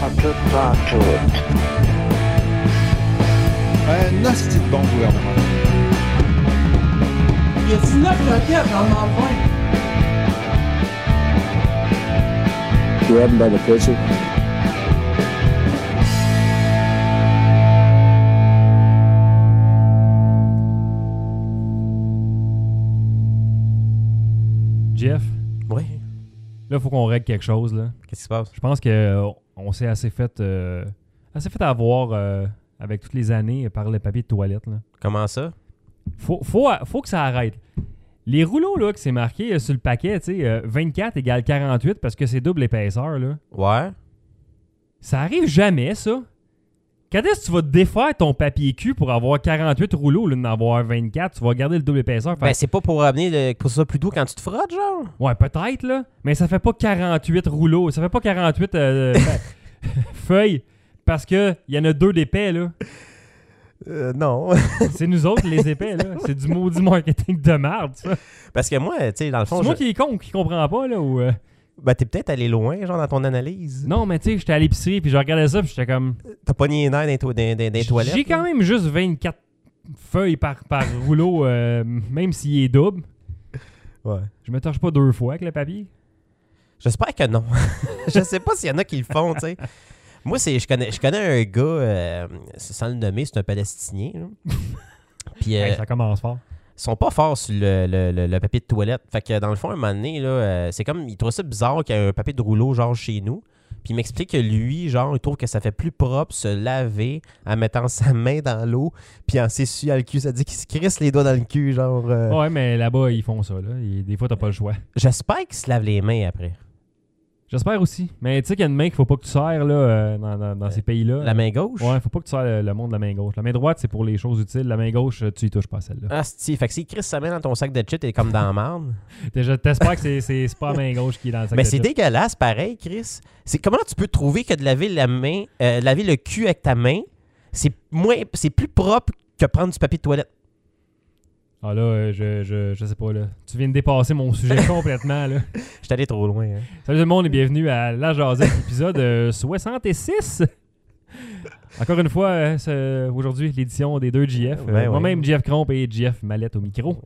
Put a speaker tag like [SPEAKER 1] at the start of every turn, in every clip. [SPEAKER 1] hard to it.
[SPEAKER 2] Un nasty de bon gouvernement.
[SPEAKER 3] Il y a 19 roquettes dans mon point.
[SPEAKER 1] Grabbed by the pussy.
[SPEAKER 4] Jeff,
[SPEAKER 5] Oui.
[SPEAKER 4] là, faut qu'on règle quelque chose, là.
[SPEAKER 5] Qu'est-ce qui se passe?
[SPEAKER 4] Je pense que euh, on s'est assez fait euh, assez fait avoir euh, avec toutes les années par le papier de toilette, là.
[SPEAKER 5] Comment ça?
[SPEAKER 4] Faut, faut, euh, faut que ça arrête. Les rouleaux, là, que c'est marqué euh, sur le paquet, tu sais, euh, 24 égale 48 parce que c'est double épaisseur, là.
[SPEAKER 5] Ouais.
[SPEAKER 4] Ça arrive jamais, ça. Quand est-ce que tu vas défaire ton papier cul pour avoir 48 rouleaux au lieu d'en avoir 24? Tu vas garder le double épaisseur. Fait-
[SPEAKER 5] Ben, c'est pas pour amener le, pour ça plus doux quand tu te frottes, genre?
[SPEAKER 4] ouais, peut-être, là. Mais ça fait pas 48 rouleaux. Ça fait pas 48 euh, fe- feuilles parce que il y en a deux d'épais, là.
[SPEAKER 5] Euh, non.
[SPEAKER 4] C'est nous autres, les épais, là. C'est du maudit marketing de merde, ça.
[SPEAKER 5] Parce que moi, tu sais, dans le fond,
[SPEAKER 4] C'est moi
[SPEAKER 5] je-
[SPEAKER 4] qui est con, qui comprend pas, là. Ou, euh,
[SPEAKER 5] ben, t'es peut-être allé loin, genre, dans ton analyse.
[SPEAKER 4] Non, mais tu sais, j'étais à l'épicerie, puis je regardais ça, puis j'étais comme...
[SPEAKER 5] T'as pas nié les nerfs dans les to- dans- dans- dans les toilettes.
[SPEAKER 4] J'ai
[SPEAKER 5] là.
[SPEAKER 4] quand même juste 24 feuilles par, par rouleau, euh, même s'il est double.
[SPEAKER 5] Ouais.
[SPEAKER 4] Je me torche pas deux fois avec le papier.
[SPEAKER 5] J'espère que non. je sais pas s'il y en a qui le font, tu sais. Moi, c'est, je, connais, je connais un gars, euh, sans le nommer, c'est un Palestinien. là. Puis, euh,
[SPEAKER 4] Hey, ça commence fort.
[SPEAKER 5] ils sont pas forts sur le, le- le- le papier de toilette. Fait que dans le fond, un moment donné, là, euh, c'est comme, il trouve ça bizarre qu'il y ait un papier de rouleau, genre, chez nous. Puis il m'explique que lui, genre, il trouve que ça fait plus propre se laver en mettant sa main dans l'eau, puis en s'essuyant le cul. Ça dit qu'il se crisse les doigts dans le cul, genre. euh,
[SPEAKER 4] Ouais, mais là-bas, ils font ça. Là. Et des fois, t'as pas le choix.
[SPEAKER 5] J'espère qu'il se lave les mains après.
[SPEAKER 4] J'espère aussi. Mais tu sais qu'il y a une main qu'il faut pas que tu serres là, euh, dans, dans- dans ces pays-là.
[SPEAKER 5] La main gauche?
[SPEAKER 4] Ouais, faut pas que tu serres le, le monde de la main gauche. La main droite, c'est pour les choses utiles. La main gauche, euh, tu y touches pas celle-là.
[SPEAKER 5] Ah, si, fait que s'il crisse sa main dans ton sac de chips, t'es comme dans la marne.
[SPEAKER 4] Déjà, T'espères que c'est- c'est c'est pas la main gauche qui est dans le sac
[SPEAKER 5] Ah. Mais
[SPEAKER 4] de
[SPEAKER 5] c'est
[SPEAKER 4] chips.
[SPEAKER 5] dégueulasse, pareil, Chris. C'est comment tu peux trouver que de laver la main, euh, de laver le cul avec ta main, c'est moins, c'est plus propre que prendre du papier de toilette.
[SPEAKER 4] Ah là, euh, je, je, je sais pas là. Tu viens de dépasser mon sujet complètement là.
[SPEAKER 5] Je suis allé trop loin. hein.
[SPEAKER 4] Salut tout le monde et bienvenue à La Jazette, épisode euh, 66. Encore une fois, euh, ce- aujourd'hui, l'édition des deux GF. Euh,
[SPEAKER 5] Ben oui.
[SPEAKER 4] Moi-même, GF Cromp et GF Mallette au micro.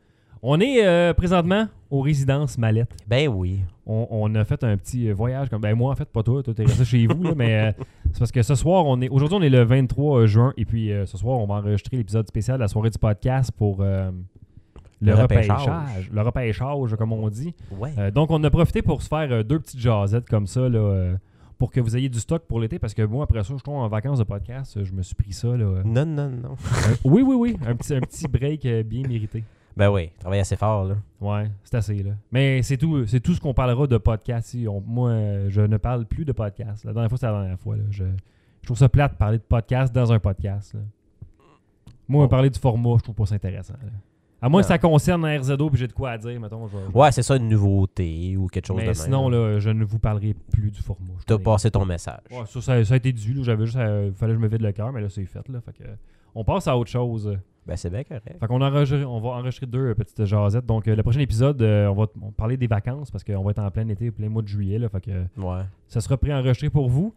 [SPEAKER 4] On est euh, présentement aux résidences Mallette.
[SPEAKER 5] Ben oui.
[SPEAKER 4] On, on a fait un petit euh, voyage. Comme, ben moi, en fait, pas toi, toi, t'es resté chez vous, là, mais euh, c'est parce que ce soir, on est. Aujourd'hui, on est le 23 juin et puis euh, ce soir, on va enregistrer l'épisode spécial de la soirée du podcast pour euh, le,
[SPEAKER 5] Le repêchage.
[SPEAKER 4] repêchage. Le repêchage, comme on dit.
[SPEAKER 5] Ouais.
[SPEAKER 4] Euh, donc, on a profité pour se faire euh, deux petites jazettes comme ça, là, euh, pour que vous ayez du stock pour l'été, parce que moi, après ça, je tombe en vacances de podcast. euh, Je me suis pris ça. Là, euh.
[SPEAKER 5] Non, non, non.
[SPEAKER 4] Euh, oui, oui, oui. Un petit, un petit break euh, bien mérité.
[SPEAKER 5] Ben oui, travaille assez fort, là.
[SPEAKER 4] Ouais, c'est assez. Là. Mais c'est tout, c'est tout ce qu'on parlera de podcast. si on- moi, euh, je ne parle plus de podcast. La dernière fois, c'est la dernière fois. là. Je, je trouve ça plate de parler de podcast dans un podcast. là. Moi,
[SPEAKER 5] Oh.
[SPEAKER 4] parler du format, je trouve pas ça intéressant. là. À moins que
[SPEAKER 5] Non.
[SPEAKER 4] ça concerne un RZO puis j'ai de quoi à dire, mettons. je vais-
[SPEAKER 5] Ouais, c'est ça une nouveauté ou quelque chose de
[SPEAKER 4] Mais
[SPEAKER 5] même.
[SPEAKER 4] sinon, là, je ne vous parlerai plus du format. Je
[SPEAKER 5] T'as
[SPEAKER 4] connais-
[SPEAKER 5] passé ton message.
[SPEAKER 4] Ouais, ça, ça, ça a été dû. là. J'avais juste, à- fallait que je me vide le cœur, mais là, c'est fait. Là. Fait que, euh, on passe à autre chose.
[SPEAKER 5] Ben c'est bien correct.
[SPEAKER 4] Fait qu'on enregistre- on va enregistrer deux euh, petites jasettes. Donc, euh, le prochain épisode, euh, on va t- on va parler des vacances parce qu'on va être en plein été, plein mois de juillet. Là, fait que euh,
[SPEAKER 5] Ouais.
[SPEAKER 4] ça sera pré-enregistré pour vous.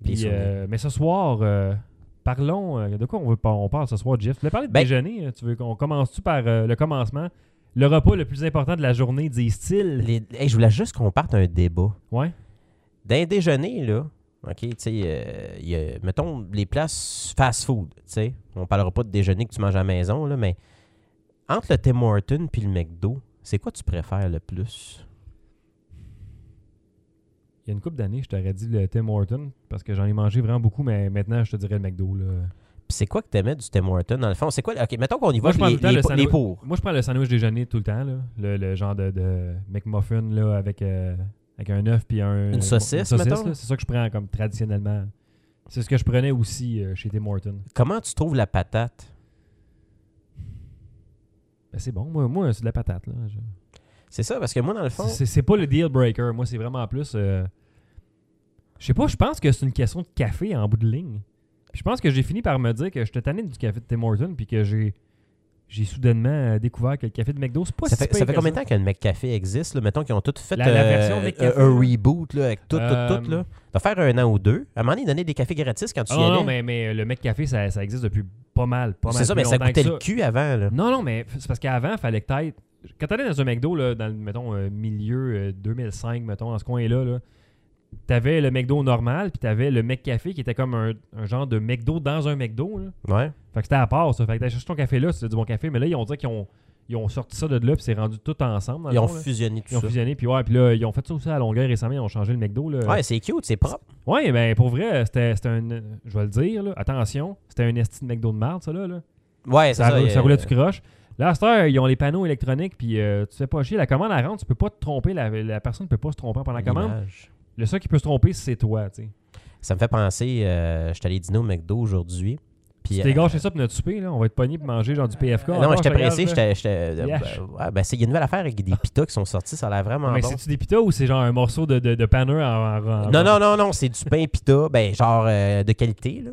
[SPEAKER 5] Bien
[SPEAKER 4] Puis,
[SPEAKER 5] sûr.
[SPEAKER 4] euh, mais ce soir, euh, parlons euh, de quoi on, veut, par- on parle ce soir, Jeff. Tu voulais parler de
[SPEAKER 5] Ben-
[SPEAKER 4] déjeuner. hein? Tu veux qu'on commence-tu par euh, le commencement? Le repas le plus important de la journée, disent-ils.
[SPEAKER 5] Les- hey, je voulais juste qu'on parte un débat.
[SPEAKER 4] Ouais.
[SPEAKER 5] D'un déjeuner, là, OK, tu sais, euh, il y a- mettons les places fast-food, tu sais. On parlera pas de déjeuner que tu manges à la maison, là, mais entre le Tim Hortons puis le McDo, c'est quoi tu préfères le plus?
[SPEAKER 4] Il y a une couple d'années, je t'aurais dit le Tim Horton parce que j'en ai mangé vraiment beaucoup, mais maintenant, je te dirais le McDo. Là.
[SPEAKER 5] Puis c'est quoi que t'aimais du Tim Hortons? Dans le fond, c'est quoi? OK, mettons qu'on y
[SPEAKER 4] Moi,
[SPEAKER 5] va
[SPEAKER 4] je
[SPEAKER 5] avec
[SPEAKER 4] prends tout le temps le
[SPEAKER 5] les, les, les
[SPEAKER 4] sandwich.
[SPEAKER 5] pour.
[SPEAKER 4] Moi, je prends le sandwich déjeuner tout le temps, là. Le, le genre de, de McMuffin là, avec, euh, avec un œuf puis un.
[SPEAKER 5] Une saucisse, mettons?
[SPEAKER 4] là. C'est ça que je prends comme traditionnellement. C'est ce que je prenais aussi euh, chez Tim Horton.
[SPEAKER 5] Comment tu trouves la patate?
[SPEAKER 4] Ben, c'est bon, moi, moi c'est de la patate. Là. Je-
[SPEAKER 5] C'est ça, parce que moi, dans le fond,
[SPEAKER 4] C'est- C'est c'est pas le deal breaker. Moi, c'est vraiment plus. euh, Je sais pas, je pense que c'est une question de café en bout de ligne. Puis je pense que j'ai fini par me dire que j'étais tanné du café de Tim Hortons puis que j'ai j'ai soudainement euh, découvert que le café de McDo, c'est pas
[SPEAKER 5] Ça
[SPEAKER 4] si
[SPEAKER 5] fait,
[SPEAKER 4] pire
[SPEAKER 5] ça fait
[SPEAKER 4] que
[SPEAKER 5] combien de temps que le McCafé existe? Là? Mettons qu'ils ont tous fait
[SPEAKER 4] La- la
[SPEAKER 5] euh,
[SPEAKER 4] version
[SPEAKER 5] euh,
[SPEAKER 4] McCafé,
[SPEAKER 5] un
[SPEAKER 4] là.
[SPEAKER 5] reboot là, avec tout,
[SPEAKER 4] Euh,
[SPEAKER 5] tout, tout. Là. De faire un an ou deux. À un moment donné, donner des cafés gratis quand tu
[SPEAKER 4] Ah
[SPEAKER 5] y
[SPEAKER 4] non,
[SPEAKER 5] allais.
[SPEAKER 4] non, mais, mais le mec café, ça, ça existe depuis pas mal. Pas mal
[SPEAKER 5] c'est ça,
[SPEAKER 4] plus
[SPEAKER 5] mais ça
[SPEAKER 4] longtemps que
[SPEAKER 5] coûtait le cul avant. Là.
[SPEAKER 4] Non, non, mais c'est parce qu'avant, fallait que t'ailles. Quand t'allais dans un McDo, là, dans le mettons, euh, milieu euh, 2005, mettons, dans ce coin-là, là, t'avais le McDo normal, puis t'avais le McCafé qui était comme un, un genre de McDo dans un McDo. Là.
[SPEAKER 5] Ouais.
[SPEAKER 4] Fait que c'était à part, ça. Fait que t'allais chercher ton café là, c'était du bon café, mais là, ils ont dit qu'ils ont, ils ont sorti ça de là, puis c'est rendu tout ensemble. dans le
[SPEAKER 5] Ils ont
[SPEAKER 4] fond, là.
[SPEAKER 5] fusionné tout
[SPEAKER 4] Ils ont
[SPEAKER 5] ça.
[SPEAKER 4] fusionné, puis ouais, puis là, ils ont fait ça aussi à Longueuil récemment, ils ont changé le McDo. Là.
[SPEAKER 5] Ouais, c'est cute, c'est propre.
[SPEAKER 4] Ouais, ben pour vrai, c'était c'était un. Je vais le dire, là, attention, c'était un esti de McDo de marde, ça là. là.
[SPEAKER 5] Ouais, c'est
[SPEAKER 4] Ça,
[SPEAKER 5] ça.
[SPEAKER 4] roule-
[SPEAKER 5] euh,
[SPEAKER 4] ça roulait du croche. Là, à cette heure, ils ont les panneaux électroniques, puis euh, tu fais pas chier. La commande, elle rentre, tu peux pas te tromper. La, la personne ne peut pas se tromper pendant la commande.
[SPEAKER 5] l'image.
[SPEAKER 4] Le seul qui peut se tromper, c'est toi, tu sais.
[SPEAKER 5] Ça me fait penser, euh, je allé dîner au McDo aujourd'hui. Puis,
[SPEAKER 4] Tu
[SPEAKER 5] euh, Ah,
[SPEAKER 4] t'es gâché ça pour notre souper, là. On va être pogné pour manger genre du PFK.
[SPEAKER 5] non, mais
[SPEAKER 4] encore,
[SPEAKER 5] j'étais
[SPEAKER 4] je te
[SPEAKER 5] pressé.
[SPEAKER 4] gage, Ah, là.
[SPEAKER 5] j'étais- j'étais- euh,
[SPEAKER 4] Yash.
[SPEAKER 5] ben, ouais, ben, c'est- il y a une nouvelle affaire avec des pitas qui sont sortis, ça a l'air vraiment
[SPEAKER 4] Mais
[SPEAKER 5] bon.
[SPEAKER 4] c'est-tu des pitas ou c'est genre un morceau de, de, de panneur en, en- en-
[SPEAKER 5] Non, non, non, non, c'est du pain pita, ben, genre euh, de qualité. Là.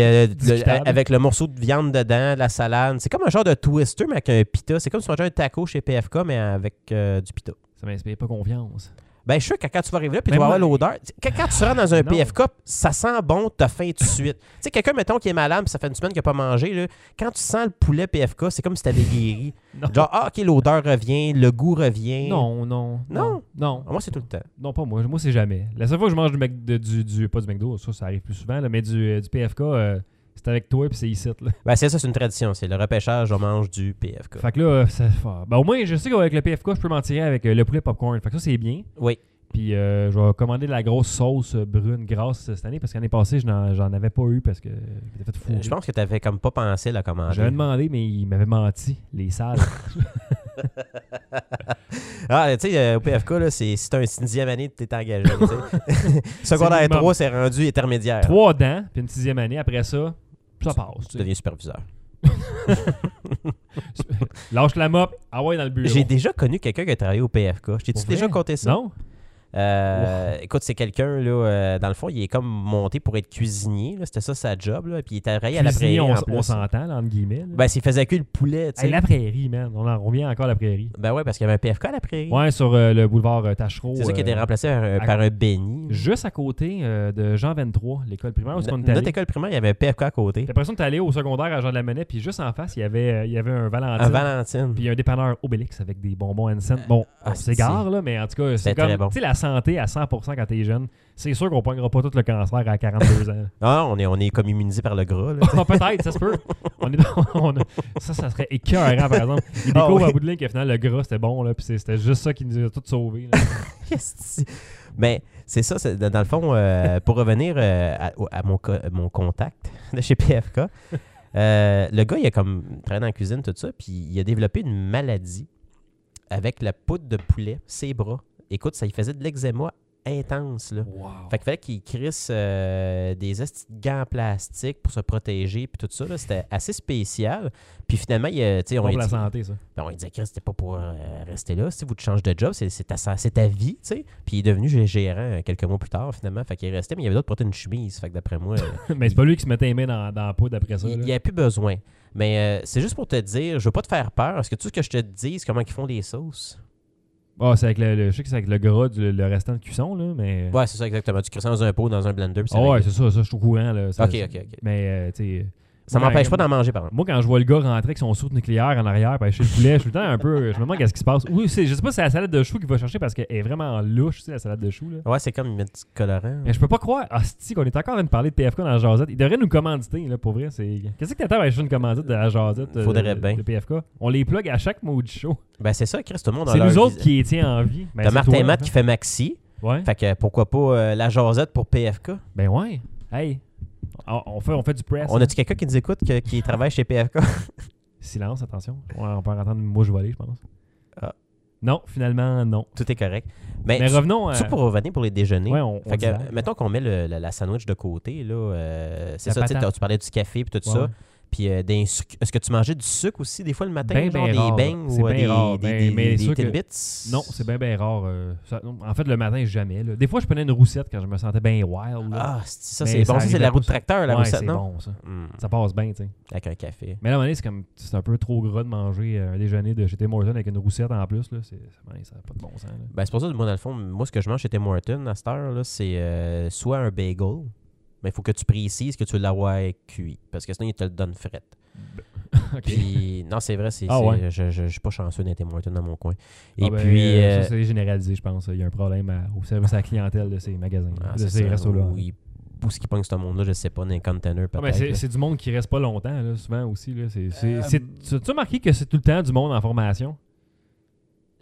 [SPEAKER 5] euh, de-
[SPEAKER 4] Discutable.
[SPEAKER 5] a- avec le morceau de viande dedans, de la salade. C'est comme un genre de twister, mais avec un pita. C'est comme si on mangeait un taco chez PFK, mais avec euh, du pita.
[SPEAKER 4] Ça m'inspire pas confiance.
[SPEAKER 5] Ben, je suis sûr que quand tu vas arriver là, puis tu
[SPEAKER 4] Mais
[SPEAKER 5] vas avoir
[SPEAKER 4] moi-
[SPEAKER 5] l'odeur. Quand, quand tu rentres dans un
[SPEAKER 4] Non.
[SPEAKER 5] PFK, ça sent bon, t'as faim tout de suite. tu sais, quelqu'un, mettons, qui est malade, puis ça fait une semaine qu'il n'a pas mangé, là, quand tu sens le poulet PFK, c'est comme si t'avais guéri.
[SPEAKER 4] Non.
[SPEAKER 5] Genre, ah, ok, l'odeur revient, le goût revient.
[SPEAKER 4] Non, non.
[SPEAKER 5] Non. Ah,
[SPEAKER 4] Non.
[SPEAKER 5] Moi, c'est tout le temps.
[SPEAKER 4] Non, pas moi. Moi, c'est jamais. La seule fois que je mange du, Mc- de- du, du- Pas du McDo, ça, ça arrive plus souvent, là, mais du, euh, du PFK, euh, c'est avec toi, puis c'est ici, là.
[SPEAKER 5] Ben, c'est ça, c'est une tradition. C'est le repêchage, on mange du PFK.
[SPEAKER 4] Fait que là, ça, fa- ben, au moins, je sais qu'avec le PFK, je peux m'en tirer avec euh, le poulet popcorn. Fait que ça, c'est bien.
[SPEAKER 5] Oui.
[SPEAKER 4] Puis euh, je vais commander de la grosse sauce euh, brune grasse euh, cette année parce qu'année passée, je n'en- j'en avais pas eu parce que j'étais fait
[SPEAKER 5] Euh,
[SPEAKER 4] fourrer.
[SPEAKER 5] Je pense que t'avais comme pas pensé la commande.
[SPEAKER 4] J'avais demandé, mais il m'avait menti, les salles.
[SPEAKER 5] Ah, tu sais, euh, au PFK, là, c'est si t'as un sixième année, t'es engagé. tu sais. Secondaire
[SPEAKER 4] minimum.
[SPEAKER 5] 3, c'est rendu intermédiaire.
[SPEAKER 4] Trois dents, puis une sixième année, après ça, ça passe.
[SPEAKER 5] tu
[SPEAKER 4] tu sais.
[SPEAKER 5] deviens superviseur.
[SPEAKER 4] Lâche la mop, ah ouais, dans le bureau.
[SPEAKER 5] J'ai déjà connu quelqu'un qui a travaillé au PFK. Je
[SPEAKER 4] Pour
[SPEAKER 5] t'ai-tu
[SPEAKER 4] vrai?
[SPEAKER 5] déjà compté ça?
[SPEAKER 4] Non?
[SPEAKER 5] Euh, Écoute, c'est quelqu'un, là, euh, dans le fond, il est comme monté pour être cuisinier. là. C'était ça sa job. Là. Puis il travaillait à la
[SPEAKER 4] Cuisinier,
[SPEAKER 5] prairie.
[SPEAKER 4] on,
[SPEAKER 5] en
[SPEAKER 4] s- on
[SPEAKER 5] plus.
[SPEAKER 4] s'entend, là, entre guillemets. là.
[SPEAKER 5] Ben, s'il faisait cuire le poulet. tu sais.
[SPEAKER 4] Hey, la prairie, man. On en revient encore à la prairie.
[SPEAKER 5] Ben ouais, parce qu'il y avait un PFK à la prairie.
[SPEAKER 4] Ouais, sur euh, le boulevard euh, Tachereau.
[SPEAKER 5] C'est ça qui a été
[SPEAKER 4] euh,
[SPEAKER 5] remplacé par, un-
[SPEAKER 4] à-
[SPEAKER 5] par un béni.
[SPEAKER 4] Juste à côté euh, de Jean 23, l'école primaire où est-ce qu'on est
[SPEAKER 5] Notre
[SPEAKER 4] allé.
[SPEAKER 5] école primaire, il y avait un PFK à côté.
[SPEAKER 4] J'ai l'impression que t'es allé au secondaire à Jean de la Monnaie, puis juste en face, il y avait, euh, il y avait un Valentine.
[SPEAKER 5] Un Valentine.
[SPEAKER 4] Puis un dépanneur Obélix avec des bonbons Hansen. Bon,
[SPEAKER 5] Ah,
[SPEAKER 4] on s'égare, là, mais en tout cas, c'est
[SPEAKER 5] C'était très
[SPEAKER 4] comme.
[SPEAKER 5] bon.
[SPEAKER 4] Tu sais, la santé à 100% quand t'es jeune, c'est sûr qu'on pognera pas tout le cancer à 42 ans.
[SPEAKER 5] Ah, on est, on est comme immunisé par le gras. là.
[SPEAKER 4] Ah, Peut-être, ça se peut. On est dans- on a- ça, ça serait écœurant, par exemple. Il
[SPEAKER 5] Ah
[SPEAKER 4] découvre
[SPEAKER 5] oui.
[SPEAKER 4] à bout de ligne que finalement, le gras, c'était bon, là, puis c'est- c'était juste ça qui nous a tous sauvés. là.
[SPEAKER 5] Qu'est-ce que- Mais c'est ça, c'est- dans dans le fond, euh, pour revenir euh, à, au- à mon, co- mon contact de chez PFK, euh, le gars, il a comme travaillé dans la cuisine, tout ça, puis il a développé une maladie avec la poudre de poulet, ses bras. Écoute, ça, il faisait de l'eczéma intense, là.
[SPEAKER 4] Wow.
[SPEAKER 5] Fait qu'il fallait qu'il crisse euh, des estis de gants en plastique pour se protéger, puis tout ça, là. C'était assez spécial. Puis finalement, il, a- tu sais, on
[SPEAKER 4] Bon
[SPEAKER 5] lui
[SPEAKER 4] pour
[SPEAKER 5] a
[SPEAKER 4] la santé,
[SPEAKER 5] dit-
[SPEAKER 4] ça.
[SPEAKER 5] ben, on lui disait, Chris, c'était pas pour euh, rester là. Si vous te changez de job, c'est c'est ta, sa- c'est ta vie, tu sais. Puis il est devenu gé- gérant euh, quelques mois plus tard, finalement. Fait qu'il est resté, mais il y avait d'autres pour une chemise. Fait que d'après moi, euh,
[SPEAKER 4] mais c'est pas lui qui se mettait les mains dans, dans la poudre après ça.
[SPEAKER 5] il
[SPEAKER 4] là.
[SPEAKER 5] n'y a plus besoin. Mais euh, c'est juste pour te dire, je veux pas te faire peur. Est-ce que tu veux que je te dise comment ils font les sauces?
[SPEAKER 4] Ah, c'est avec le, le- je sais que c'est avec le gras du le restant de cuisson, là, mais.
[SPEAKER 5] Ouais, c'est ça, exactement. Tu crisses ça dans un pot, dans un blender. puis c'est
[SPEAKER 4] Ah ouais,
[SPEAKER 5] réglé.
[SPEAKER 4] c'est ça, ça, je suis au courant, là. Ça-
[SPEAKER 5] Ok,
[SPEAKER 4] ça-
[SPEAKER 5] ok, ok.
[SPEAKER 4] Mais, euh, tu sais.
[SPEAKER 5] ça
[SPEAKER 4] moi,
[SPEAKER 5] m'empêche
[SPEAKER 4] quand-
[SPEAKER 5] pas d'en manger, par exemple.
[SPEAKER 4] Moi, quand je vois le gars rentrer avec son soute nucléaire en arrière, pêcher le poulet, je suis tout le temps un peu. Je me demande qu'est-ce qui se passe. Ou c'est, je sais pas si c'est la salade de choux qu'il va chercher parce qu'elle est vraiment louche, tu sais, la salade de choux, là.
[SPEAKER 5] Ouais, c'est comme ils mettent du colorant.
[SPEAKER 4] Mais je peux pas croire, hostie, qu'on est encore en train de parler de PFK dans la Jazette. Ils devraient nous commanditer, là, pour vrai. C'est... Qu'est-ce que t'attends à acheter une commandite de la Jazette euh,
[SPEAKER 5] Faudrait
[SPEAKER 4] de,
[SPEAKER 5] bien.
[SPEAKER 4] de PFK On les plug à chaque mot du show.
[SPEAKER 5] Ben, c'est ça, Chris, tout le monde a
[SPEAKER 4] c'est
[SPEAKER 5] leur
[SPEAKER 4] nous autres
[SPEAKER 5] vis-
[SPEAKER 4] qui les tient en vie. Ben,
[SPEAKER 5] T'as
[SPEAKER 4] c'est
[SPEAKER 5] Martin
[SPEAKER 4] toi,
[SPEAKER 5] Matt
[SPEAKER 4] en
[SPEAKER 5] qui fait Maxi.
[SPEAKER 4] fait. Ouais.
[SPEAKER 5] Fait que pourquoi pas euh, la jasette pour PFK?
[SPEAKER 4] Ben ouais. Hey. On, on fait, on fait du press.
[SPEAKER 5] On
[SPEAKER 4] hein.
[SPEAKER 5] a-tu quelqu'un qui nous écoute que- qui travaille chez PFK?
[SPEAKER 4] Silence, attention. Ouais, on peut entendre une mouche voler, je pense.
[SPEAKER 5] Ah.
[SPEAKER 4] Non, finalement, non.
[SPEAKER 5] Tout est correct. Mais,
[SPEAKER 4] Mais
[SPEAKER 5] tu-
[SPEAKER 4] revenons à.
[SPEAKER 5] ça pour revenir pour les déjeuners.
[SPEAKER 4] Ouais, on, on
[SPEAKER 5] Fait que,
[SPEAKER 4] divague.
[SPEAKER 5] mettons qu'on met le- la, la sandwich de côté, là, euh, c'est
[SPEAKER 4] La
[SPEAKER 5] ça, tu sais,
[SPEAKER 4] patate.
[SPEAKER 5] tu parlais du café et tout
[SPEAKER 4] Ouais,
[SPEAKER 5] ça.
[SPEAKER 4] ouais.
[SPEAKER 5] Puis euh, d'un suc- est-ce que tu mangeais du sucre aussi des fois le matin,
[SPEAKER 4] Ben,
[SPEAKER 5] genre
[SPEAKER 4] ben
[SPEAKER 5] des
[SPEAKER 4] rare.
[SPEAKER 5] beignes
[SPEAKER 4] C'est
[SPEAKER 5] ou euh,
[SPEAKER 4] ben
[SPEAKER 5] des,
[SPEAKER 4] rare.
[SPEAKER 5] des-
[SPEAKER 4] Ben,
[SPEAKER 5] des-
[SPEAKER 4] mais
[SPEAKER 5] des
[SPEAKER 4] sûr que-
[SPEAKER 5] tidbits?
[SPEAKER 4] Non, c'est bien, bien rare. euh, ça- en fait, le matin, jamais. là. Des fois, je prenais une roussette quand je me sentais bien wild. là.
[SPEAKER 5] Ah, c'est- ça
[SPEAKER 4] Mais
[SPEAKER 5] c'est
[SPEAKER 4] ça
[SPEAKER 5] bon, ça c'est
[SPEAKER 4] arrive
[SPEAKER 5] la
[SPEAKER 4] à
[SPEAKER 5] roue de
[SPEAKER 4] tous.
[SPEAKER 5] tracteur, la
[SPEAKER 4] Ouais,
[SPEAKER 5] recette,
[SPEAKER 4] c'est
[SPEAKER 5] non?
[SPEAKER 4] bon, ça.
[SPEAKER 5] Hmm,
[SPEAKER 4] Ça passe bien, tu sais.
[SPEAKER 5] avec un café.
[SPEAKER 4] Mais là, à un moment donné, c'est comme c'est un peu trop gras de manger euh, un déjeuner de chez Tim Hortons avec une roussette en plus. Là. C'est, c'est- ben, ça n'a pas de bon sens. là.
[SPEAKER 5] Ben, c'est pour ça que moi, dans le fond, moi, ce que je mange chez Tim Hortons à cette heure, là, c'est euh, soit un bagel, mais il faut que tu précises que tu veux l'avoir cuit, parce que sinon, ils te le donnent fret.
[SPEAKER 4] Ok.
[SPEAKER 5] Puis, non, c'est vrai, c'est,
[SPEAKER 4] Ah
[SPEAKER 5] c'est-
[SPEAKER 4] ouais.
[SPEAKER 5] je, je, je suis pas chanceux d'un Tim Hortons dans mon coin.
[SPEAKER 4] Ah,
[SPEAKER 5] Et
[SPEAKER 4] ben,
[SPEAKER 5] puis,
[SPEAKER 4] euh,
[SPEAKER 5] euh,
[SPEAKER 4] ça, c'est généralisé, je pense. Il y a un problème à- au service à la clientèle de ces magasins,
[SPEAKER 5] ah,
[SPEAKER 4] de
[SPEAKER 5] c'est
[SPEAKER 4] ces
[SPEAKER 5] ça,
[SPEAKER 4] restos-là.
[SPEAKER 5] où ils- où ce qui pogne ce monde-là, je sais pas, dans les containers,
[SPEAKER 4] Ah,
[SPEAKER 5] peut-être.
[SPEAKER 4] ben, c'est,
[SPEAKER 5] là.
[SPEAKER 4] c'est du monde qui reste pas longtemps, là, souvent aussi. Là. C'est, c'est,
[SPEAKER 2] Euh,
[SPEAKER 4] c'est- tu as-tu remarqué que c'est tout le temps du monde en formation?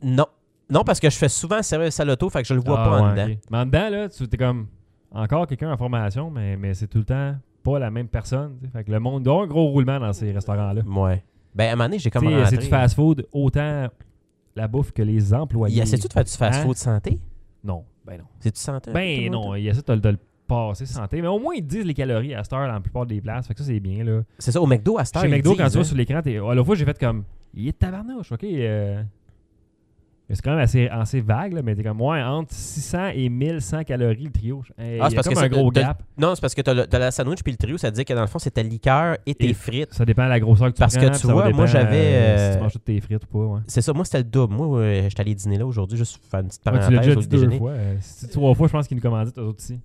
[SPEAKER 5] Non. Non, parce que je fais souvent service à l'auto, fait que je le vois
[SPEAKER 4] Ah,
[SPEAKER 5] pas en
[SPEAKER 4] ouais,
[SPEAKER 5] dedans.
[SPEAKER 4] ok. Mais en dedans, là, tu es comme encore quelqu'un en formation, mais, mais c'est tout le temps pas la même personne. tu sais. Fait que le monde il doit y avoir un gros roulement dans ces restaurants-là.
[SPEAKER 5] Ouais. Ben, à un moment donné, j'ai
[SPEAKER 4] Tu
[SPEAKER 5] comme
[SPEAKER 4] sais, C'est du
[SPEAKER 5] rentré.
[SPEAKER 4] fast-food, autant la bouffe que les employés.
[SPEAKER 5] Il essaie-tu de faire du fast-food santé?
[SPEAKER 4] Non, ben non.
[SPEAKER 5] C'est-tu santé? un peu,
[SPEAKER 4] Hein? Ben
[SPEAKER 5] Tim Hortons?
[SPEAKER 4] non, il essaie de, de le passer santé, mais au moins ils disent les calories à cette heure dans la plupart des places, fait que ça c'est bien là.
[SPEAKER 5] C'est ça, au McDo, à cette heure,
[SPEAKER 4] Chez
[SPEAKER 5] ils
[SPEAKER 4] McDo,
[SPEAKER 5] disent,
[SPEAKER 4] quand tu vas
[SPEAKER 5] hein.
[SPEAKER 4] sur l'écran, t'es... à la fois j'ai fait comme, il est tabarnouche, ok. euh, C'est quand même assez, assez vague, là, mais t'es comme, ouais, entre 600 et 1100 calories le trio. Hey,
[SPEAKER 5] Ah,
[SPEAKER 4] il y a
[SPEAKER 5] c'est parce
[SPEAKER 4] comme
[SPEAKER 5] que
[SPEAKER 4] un
[SPEAKER 5] ça,
[SPEAKER 4] gros
[SPEAKER 5] t'as-
[SPEAKER 4] gap.
[SPEAKER 5] Non, c'est parce que t'as le- t'as la sandwich puis le trio, ça te dit que dans le fond, c'est ta liqueur et tes
[SPEAKER 4] Et-
[SPEAKER 5] frites.
[SPEAKER 4] Ça dépend de la grosseur que tu
[SPEAKER 5] Parce que
[SPEAKER 4] prends,
[SPEAKER 5] tu
[SPEAKER 4] puis ça va
[SPEAKER 5] vois, moi,
[SPEAKER 4] dépendre,
[SPEAKER 5] j'avais,
[SPEAKER 4] euh, Si
[SPEAKER 5] euh,
[SPEAKER 4] tu manges toutes tes frites ou pas, ouais.
[SPEAKER 5] C'est ça, moi, c'était le double. Moi, euh, j'étais allé dîner là aujourd'hui, juste pour faire une petite
[SPEAKER 4] Ouais, Ah, tu l'as
[SPEAKER 5] parenthèse
[SPEAKER 4] déjà
[SPEAKER 5] au
[SPEAKER 4] dit deux
[SPEAKER 5] déjeuner.
[SPEAKER 4] fois. euh, si- trois fois, je pense qu'ils nous commandaient, eux autres aussi.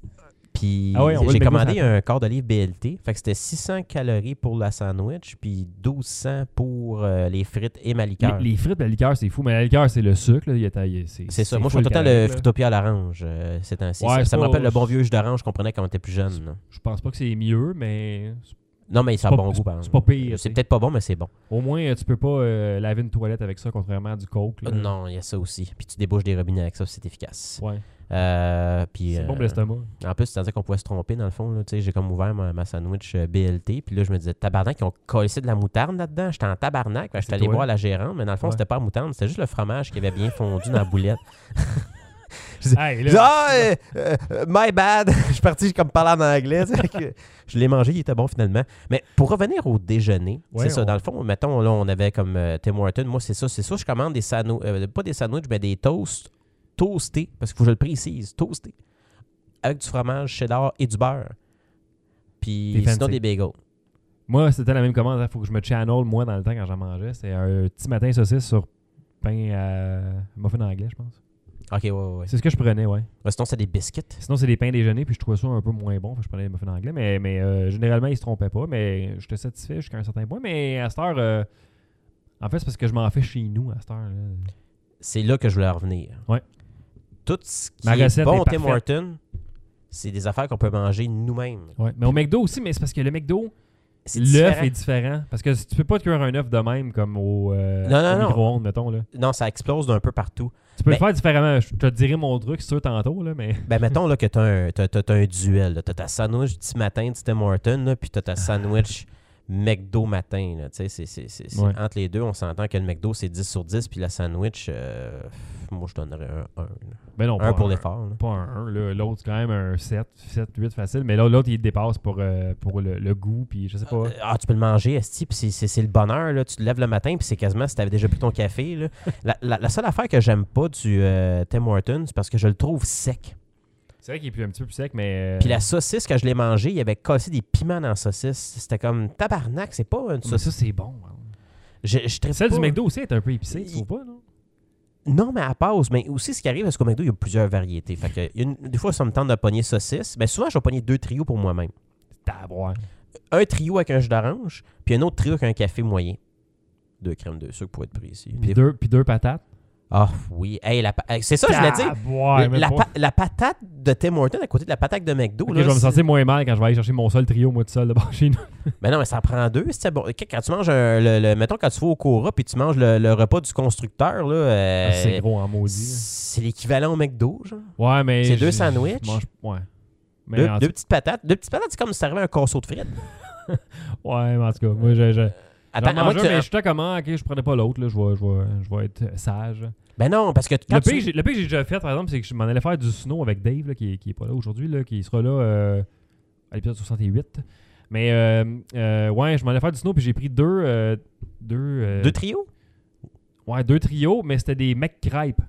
[SPEAKER 5] Puis
[SPEAKER 4] Ah ouais, on va le
[SPEAKER 5] j'ai
[SPEAKER 4] McDo
[SPEAKER 5] commandé
[SPEAKER 4] sur
[SPEAKER 5] un quart d'olive BLT. Fait que c'était 600 calories pour la sandwich, puis 1200 pour euh, les frites et ma
[SPEAKER 4] Les,
[SPEAKER 5] liqueur.
[SPEAKER 4] les frites, ben, la liqueur, c'est fou, mais la liqueur, c'est le sucre. là, il y a ta- il-
[SPEAKER 5] C'est ça. Moi, je
[SPEAKER 4] full
[SPEAKER 5] fais tout le temps le
[SPEAKER 4] calorique, là.
[SPEAKER 5] fruitopia à l'orange. euh, c'est ainsi.
[SPEAKER 4] Ouais,
[SPEAKER 5] ça
[SPEAKER 4] c'est
[SPEAKER 5] ça me
[SPEAKER 4] pas-
[SPEAKER 5] rappelle le bon vieux jus d'orange qu'on prenait quand on était plus jeune. là.
[SPEAKER 4] Je pense pas que c'est mieux, mais c'est-
[SPEAKER 5] Non, mais ça a
[SPEAKER 4] pas-
[SPEAKER 5] bon
[SPEAKER 4] c'est-
[SPEAKER 5] goût, par
[SPEAKER 4] c'est
[SPEAKER 5] exemple.
[SPEAKER 4] pas pire,
[SPEAKER 5] C'est
[SPEAKER 4] t'sais.
[SPEAKER 5] peut-être pas bon, mais c'est bon.
[SPEAKER 4] au moins, euh, tu peux pas euh, laver une toilette avec ça, contrairement à du coke. là.
[SPEAKER 5] Euh, Non, il y a ça aussi. Puis tu débouches des robinets avec ça, c'est efficace.
[SPEAKER 4] Ouais.
[SPEAKER 5] Euh, puis,
[SPEAKER 4] C'est bon pour
[SPEAKER 5] euh,
[SPEAKER 4] l'estomac.
[SPEAKER 5] En plus, c'est-à-dire qu'on pouvait se tromper, dans le fond. là. Tu sais, J'ai comme ouvert ma, ma sandwich euh, BLT, puis là, je me disais, tabarnak, ils ont collé de la moutarde là-dedans. J'étais en tabarnak. Je
[SPEAKER 4] C'est
[SPEAKER 5] j'étais allé
[SPEAKER 4] toi.
[SPEAKER 5] voir la gérante, mais dans le fond,
[SPEAKER 4] Ouais.
[SPEAKER 5] c'était pas la moutarde, c'était juste le fromage qui avait bien fondu dans la boulette.
[SPEAKER 4] Hey,
[SPEAKER 5] Je
[SPEAKER 4] là,
[SPEAKER 5] dis, ah, euh, euh, euh, my bad. je suis parti comme parler en anglais. tu sais, que je l'ai mangé, il était bon finalement. Mais pour revenir au déjeuner,
[SPEAKER 4] Ouais,
[SPEAKER 5] c'est ça.
[SPEAKER 4] on-
[SPEAKER 5] Dans le fond, mettons, là, on avait comme euh, Tim Horton. Moi, c'est ça. C'est ça. Je commande des sandwichs, pas des sandwichs, mais des toasts toastés. Parce qu'il faut que je le précise, toastés. Avec du fromage cheddar et du beurre. Puis
[SPEAKER 4] Des fancy.
[SPEAKER 5] sinon des bagels.
[SPEAKER 4] Moi, c'était la même commande. Il faut que je me channel, moi, dans le temps, quand j'en mangeais. C'était un petit matin saucisse sur pain à muffin anglais, je pense.
[SPEAKER 5] Ok, ouais, ouais. ouais.
[SPEAKER 4] C'est ce que je prenais, ouais.
[SPEAKER 5] Ouais, sinon, c'est des biscuits.
[SPEAKER 4] Sinon, c'est des pains déjeuner, puis je trouvais ça un peu moins bon. Fait que je prenais des muffins anglais. Mais, mais euh, généralement, ils se trompaient pas. Mais j'étais satisfait jusqu'à un certain point. Mais à cette heure, euh, en fait, c'est parce que je m'en fais chez nous à cette heure. là.
[SPEAKER 5] C'est là que je voulais en revenir.
[SPEAKER 4] Ouais.
[SPEAKER 5] Tout ce qui
[SPEAKER 4] Ma
[SPEAKER 5] est
[SPEAKER 4] recette
[SPEAKER 5] bon
[SPEAKER 4] est
[SPEAKER 5] Tim
[SPEAKER 4] parfaite.
[SPEAKER 5] Horton, c'est des affaires qu'on peut manger nous-mêmes.
[SPEAKER 4] Ouais. Mais au McDo aussi, mais c'est parce que le McDo,
[SPEAKER 5] C'est
[SPEAKER 4] l'œuf
[SPEAKER 5] différent.
[SPEAKER 4] est différent. Parce que tu peux pas te cuire un œuf de même comme au, euh,
[SPEAKER 5] Non, non,
[SPEAKER 4] au
[SPEAKER 5] non.
[SPEAKER 4] micro-ondes, mettons. Là.
[SPEAKER 5] Non, ça explose d'un peu partout.
[SPEAKER 4] Tu peux
[SPEAKER 5] Ben-
[SPEAKER 4] le faire différemment. Je te dirai mon truc, c'est sûr, tantôt. Là, mais...
[SPEAKER 5] Ben, mettons là, que t'as un, t'as- t'as- t'as un duel. là. T'as ta sandwich du matin du Tim Horton, là, puis t'as ta sandwich McDo matin. là. Tu sais, c'est- c'est- c'est- c'est-
[SPEAKER 4] Ah. Ouais.
[SPEAKER 5] Entre les deux, on s'entend que le McDo, c'est 10 sur 10, puis la sandwich, euh, moi, je donnerais un 1.
[SPEAKER 4] Ben non,
[SPEAKER 5] 1
[SPEAKER 4] pas
[SPEAKER 5] pour
[SPEAKER 4] un.
[SPEAKER 5] l'effort. là.
[SPEAKER 4] pas un 1, là. l'autre c'est quand même un 7, 7, 8 facile, mais l'autre, l'autre il dépasse pour, euh, pour le, le goût, puis je sais pas.
[SPEAKER 5] Euh, Ah, tu peux le manger, Esti, puis c'est- c'est c'est le bonheur. Là. Tu te lèves le matin, puis c'est quasiment si t'avais déjà pris ton café. là. La, la- la seule affaire que j'aime pas du euh, Tim Horton, c'est parce que je le trouve sec.
[SPEAKER 4] C'est vrai qu'il est plus- un petit peu plus sec, mais. euh,
[SPEAKER 5] Puis la saucisse, quand je l'ai mangée, il y avait cassé des piments dans la saucisse. C'était comme tabarnak, c'est pas une
[SPEAKER 4] mais ça,
[SPEAKER 5] saucisse.
[SPEAKER 4] c'est bon. hein.
[SPEAKER 5] Je, je trippe
[SPEAKER 4] Celle
[SPEAKER 5] pas.
[SPEAKER 4] du McDo aussi est un peu épicée, tu
[SPEAKER 5] Il-
[SPEAKER 4] trouves pas, non?
[SPEAKER 5] Non, mais à pause. Mais aussi, ce qui arrive, c'est qu'au McDo, il y a plusieurs variétés. Fait que, il y a une- des fois, ça me tente de pogner saucisse. Mais souvent, je vais pogner deux trios pour moi-même.
[SPEAKER 4] Tabouin.
[SPEAKER 5] Un trio avec un jus d'orange, puis un autre trio avec un café moyen. Deux crèmes de sucre pour être précis.
[SPEAKER 4] Puis
[SPEAKER 5] Des-
[SPEAKER 4] deux, puis deux patates.
[SPEAKER 5] Ah oui. Hey, la pa- hey, c'est ça, je voulais dire.
[SPEAKER 4] Tabouin, même
[SPEAKER 5] la,
[SPEAKER 4] pas.
[SPEAKER 5] pa- la patate de Tim Horton à côté de la patate de McDo.
[SPEAKER 4] Ok, je
[SPEAKER 5] là,
[SPEAKER 4] vais me
[SPEAKER 5] c'est-
[SPEAKER 4] sentir moins mal quand je vais aller chercher mon seul trio, moi tout seul, de chez nous.
[SPEAKER 5] Mais Ben non, mais ça en prend deux. c'est bon. Qu- Quand tu manges, un- le, le- mettons, quand tu vas au Cora puis tu manges le, le repas du constructeur, là, euh,
[SPEAKER 4] Ah, c'est gros en maudit.
[SPEAKER 5] c'est l'équivalent au McDo, genre.
[SPEAKER 4] Ouais, mais.
[SPEAKER 5] C'est
[SPEAKER 4] je-
[SPEAKER 5] deux
[SPEAKER 4] je
[SPEAKER 5] sandwichs.
[SPEAKER 4] mange- Ouais. Mais
[SPEAKER 5] Deux,
[SPEAKER 4] en
[SPEAKER 5] deux
[SPEAKER 4] tout-
[SPEAKER 5] petites patates. Deux petites patates, c'est comme si t'arrivais un corseau de frites.
[SPEAKER 4] Ouais, mais en tout cas, moi, je. je...
[SPEAKER 5] Attends,
[SPEAKER 4] j'en
[SPEAKER 5] à moins
[SPEAKER 4] mange
[SPEAKER 5] que
[SPEAKER 4] un,
[SPEAKER 5] tu-
[SPEAKER 4] mais je suis comment, ok, je prenais pas l'autre, là, je vais, je, vais, je vais être sage.
[SPEAKER 5] Ben non, parce que quand
[SPEAKER 4] Le
[SPEAKER 5] tu-
[SPEAKER 4] pire, que j'ai- le pire que j'ai déjà fait, par exemple, c'est que je m'en allais faire du snow avec Dave, là, qui, est- qui est pas là aujourd'hui, là, qui sera là euh, à l'épisode 68. Mais euh, euh, ouais, je m'en allais faire du snow, puis j'ai pris deux. euh, deux, euh,
[SPEAKER 5] Deux trios?
[SPEAKER 4] ouais, deux trios, mais c'était des mecs crêpes.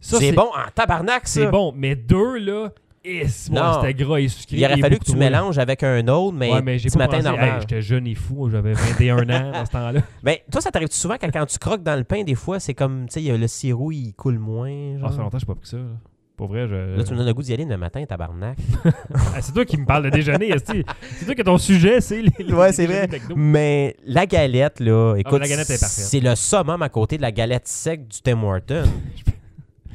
[SPEAKER 4] Ça,
[SPEAKER 5] C'est bon en tabarnak, ça.
[SPEAKER 4] C'est bon, mais deux, là, eh, moi,
[SPEAKER 5] Non.
[SPEAKER 4] c'était gras et sucré.
[SPEAKER 5] Il aurait
[SPEAKER 4] et
[SPEAKER 5] fallu que
[SPEAKER 4] beaucoup
[SPEAKER 5] tu
[SPEAKER 4] trop.
[SPEAKER 5] mélanges avec un autre, mais,
[SPEAKER 4] ouais, mais j'ai
[SPEAKER 5] petit
[SPEAKER 4] pas
[SPEAKER 5] Ben, matin
[SPEAKER 4] pensé,
[SPEAKER 5] normal.
[SPEAKER 4] Hey, J'étais jeune et fou, j'avais 21 ans à ce temps-là.
[SPEAKER 5] Ben, toi, ça t'arrive souvent quand, quand tu croques dans le pain, des fois, c'est comme, tu sais, il y a le sirop, il coule moins.
[SPEAKER 4] Ah, ça fait
[SPEAKER 5] Genre.
[SPEAKER 4] longtemps que j'ai pas pris ça. là. Pour vrai, je.
[SPEAKER 5] Là, tu me donnes le goût d'y aller le matin, tabarnak.
[SPEAKER 4] Ah, c'est toi qui me parles de déjeuner, esti. C'est toi que ton sujet, c'est les. les
[SPEAKER 5] Ouais, c'est
[SPEAKER 4] déjeuners
[SPEAKER 5] vrai. Mm.
[SPEAKER 4] McDo.
[SPEAKER 5] Mais la galette, là, écoute,
[SPEAKER 4] Ah, la galette est parfaite.
[SPEAKER 5] c'est le summum à côté de la galette sec du Tim Horton.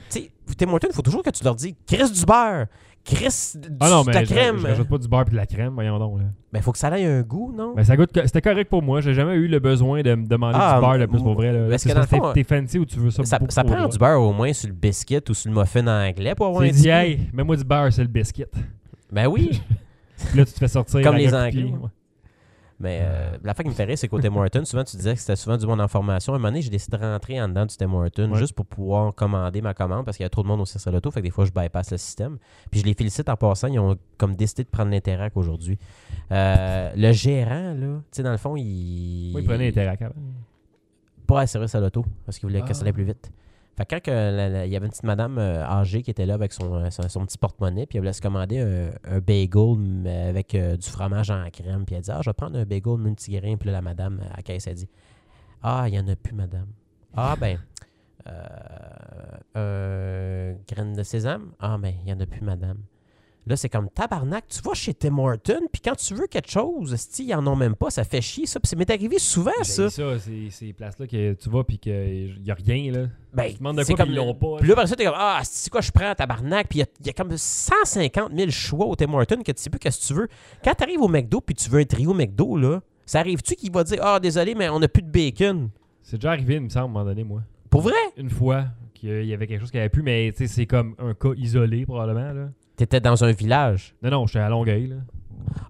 [SPEAKER 5] tu sais, Tim Horton, il faut toujours que tu leur dis « Chris du beurre! Chris du-
[SPEAKER 4] Ah non,
[SPEAKER 5] de la
[SPEAKER 4] mais je,
[SPEAKER 5] crème!
[SPEAKER 4] je rajoute pas du beurre et de la crème, voyons donc. Là.
[SPEAKER 5] Ben, faut que ça ait un goût, non?
[SPEAKER 4] Ben, ça goûte, co- c'était correct pour moi. J'ai jamais eu le besoin de me demander
[SPEAKER 5] Ah,
[SPEAKER 4] du beurre de plus pour vrai. Là.
[SPEAKER 5] parce
[SPEAKER 4] C'est
[SPEAKER 5] que dans
[SPEAKER 4] parce que
[SPEAKER 5] le fond,
[SPEAKER 4] t'es, t'es fancy ou tu veux ça
[SPEAKER 5] ça
[SPEAKER 4] beaucoup
[SPEAKER 5] ça
[SPEAKER 4] trop
[SPEAKER 5] prend
[SPEAKER 4] gras.
[SPEAKER 5] du beurre au moins sur le biscuit ou sur le muffin anglais pour avoir
[SPEAKER 4] C'est
[SPEAKER 5] un petit
[SPEAKER 4] dit,
[SPEAKER 5] goût.
[SPEAKER 4] hey, mets-moi du beurre, c'est le biscuit.
[SPEAKER 5] Ben oui!
[SPEAKER 4] Puis là, tu te fais sortir.
[SPEAKER 5] Comme
[SPEAKER 4] la
[SPEAKER 5] les
[SPEAKER 4] gueule coupée,
[SPEAKER 5] Anglais.
[SPEAKER 4] ouais.
[SPEAKER 5] Mais euh, la fin qui me fait rire, c'est qu'au Tim Hortons, souvent tu disais que c'était souvent du monde en formation. À un moment donné, j'ai décidé de rentrer en dedans du Tim Hortons
[SPEAKER 4] Ouais.
[SPEAKER 5] juste pour pouvoir commander ma commande parce qu'il y a trop de monde au Cirque l'auto. Fait que des fois, je bypass le système. Puis je les félicite en passant. Ils ont comme décidé de prendre l'Interac aujourd'hui. Euh, le gérant, là, tu sais, dans le fond, il.
[SPEAKER 4] Moi, il prenait les terracs avant.
[SPEAKER 5] Pas à service à l'auto parce qu'il voulait que ça
[SPEAKER 4] Ah.
[SPEAKER 5] allait plus vite. Fait que quand que la- la- il y avait une petite madame euh, âgée qui était là avec son, euh, son, son petit porte-monnaie, puis elle voulait se commander un, un bagel mais avec euh, du fromage en crème, puis elle dit Ah, je vais prendre un bagel multigrain. Puis là, la madame à la caisse, elle dit Ah, il n'y en a plus, madame. Ah, ben, euh, un graine de sésame Ah, ben, il n'y en a plus, madame. Là, c'est comme tabarnak, tu vas chez Tim Horton, puis quand tu veux quelque chose, esti, ils en ont même pas, ça fait chier, ça. Puis ça m'est arrivé souvent,
[SPEAKER 4] J'ai
[SPEAKER 5] Ah, ça.
[SPEAKER 4] eu Ben, ça, c'est ces places-là que tu vas puis qu'il y a rien. là.
[SPEAKER 5] Ben,
[SPEAKER 4] Tu te demandes de
[SPEAKER 5] c'est
[SPEAKER 4] quoi,
[SPEAKER 5] comme-
[SPEAKER 4] puis ils l'ont pas.
[SPEAKER 5] Puis là, par ça, t'es comme, ah, c'est quoi, je prends, tabarnak. Puis il y a- il y, a comme 150 000 choix au Tim Hortons que tu sais plus qu'est-ce que tu veux. Quand t'arrives au McDo, puis tu veux un trio McDo, là, ça arrive-tu qu'il va dire, ah, désolé, mais on n'a plus de bacon?
[SPEAKER 4] C'est déjà arrivé, il me semble, à un moment donné, moi.
[SPEAKER 5] Pour vrai?
[SPEAKER 4] Une fois qu'il y avait quelque chose qui avait pu, mais tu sais, c'est comme un cas isolé, probablement. Là.
[SPEAKER 5] T'étais dans un village.
[SPEAKER 4] Non, non, j'étais à Longueuil. Là.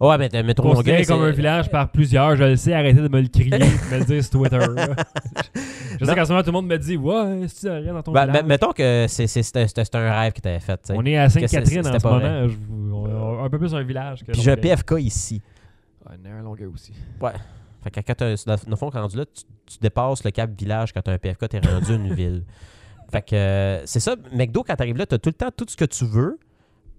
[SPEAKER 5] Ah Ouais, mais t'as métro
[SPEAKER 4] Considéré
[SPEAKER 5] Longueuil.
[SPEAKER 4] comme
[SPEAKER 5] c'est-
[SPEAKER 4] un village par plusieurs, je le sais, arrêtez de me le crier, de me le dire sur Twitter. là. je sais
[SPEAKER 5] Non.
[SPEAKER 4] qu'en ce moment, tout le monde me dit Ouais, si tu arrêtes dans ton
[SPEAKER 5] Ben,
[SPEAKER 4] village.
[SPEAKER 5] ben, mettons que c'est- c'est- c'était c'était- c'était un rêve que t'avais fait, tu sais.
[SPEAKER 4] on est à
[SPEAKER 5] que
[SPEAKER 4] Sainte-Catherine
[SPEAKER 5] c'est-
[SPEAKER 4] en ce
[SPEAKER 5] c'était pas vrai.
[SPEAKER 4] moment. je vous- on- on- un peu plus un village. Que
[SPEAKER 5] Puis j'ai un
[SPEAKER 4] Longueuil.
[SPEAKER 5] PFK ici.
[SPEAKER 4] Ah, On est à Longueuil aussi.
[SPEAKER 5] Fait que quand t'as, dans le fond, quand rendu là, tu, tu dépasses le cap village quand t'as un PFK, t'es rendu une ville. Fait que euh, c'est ça, McDo, quand t'arrives là, t'as tout le temps tout ce que tu veux.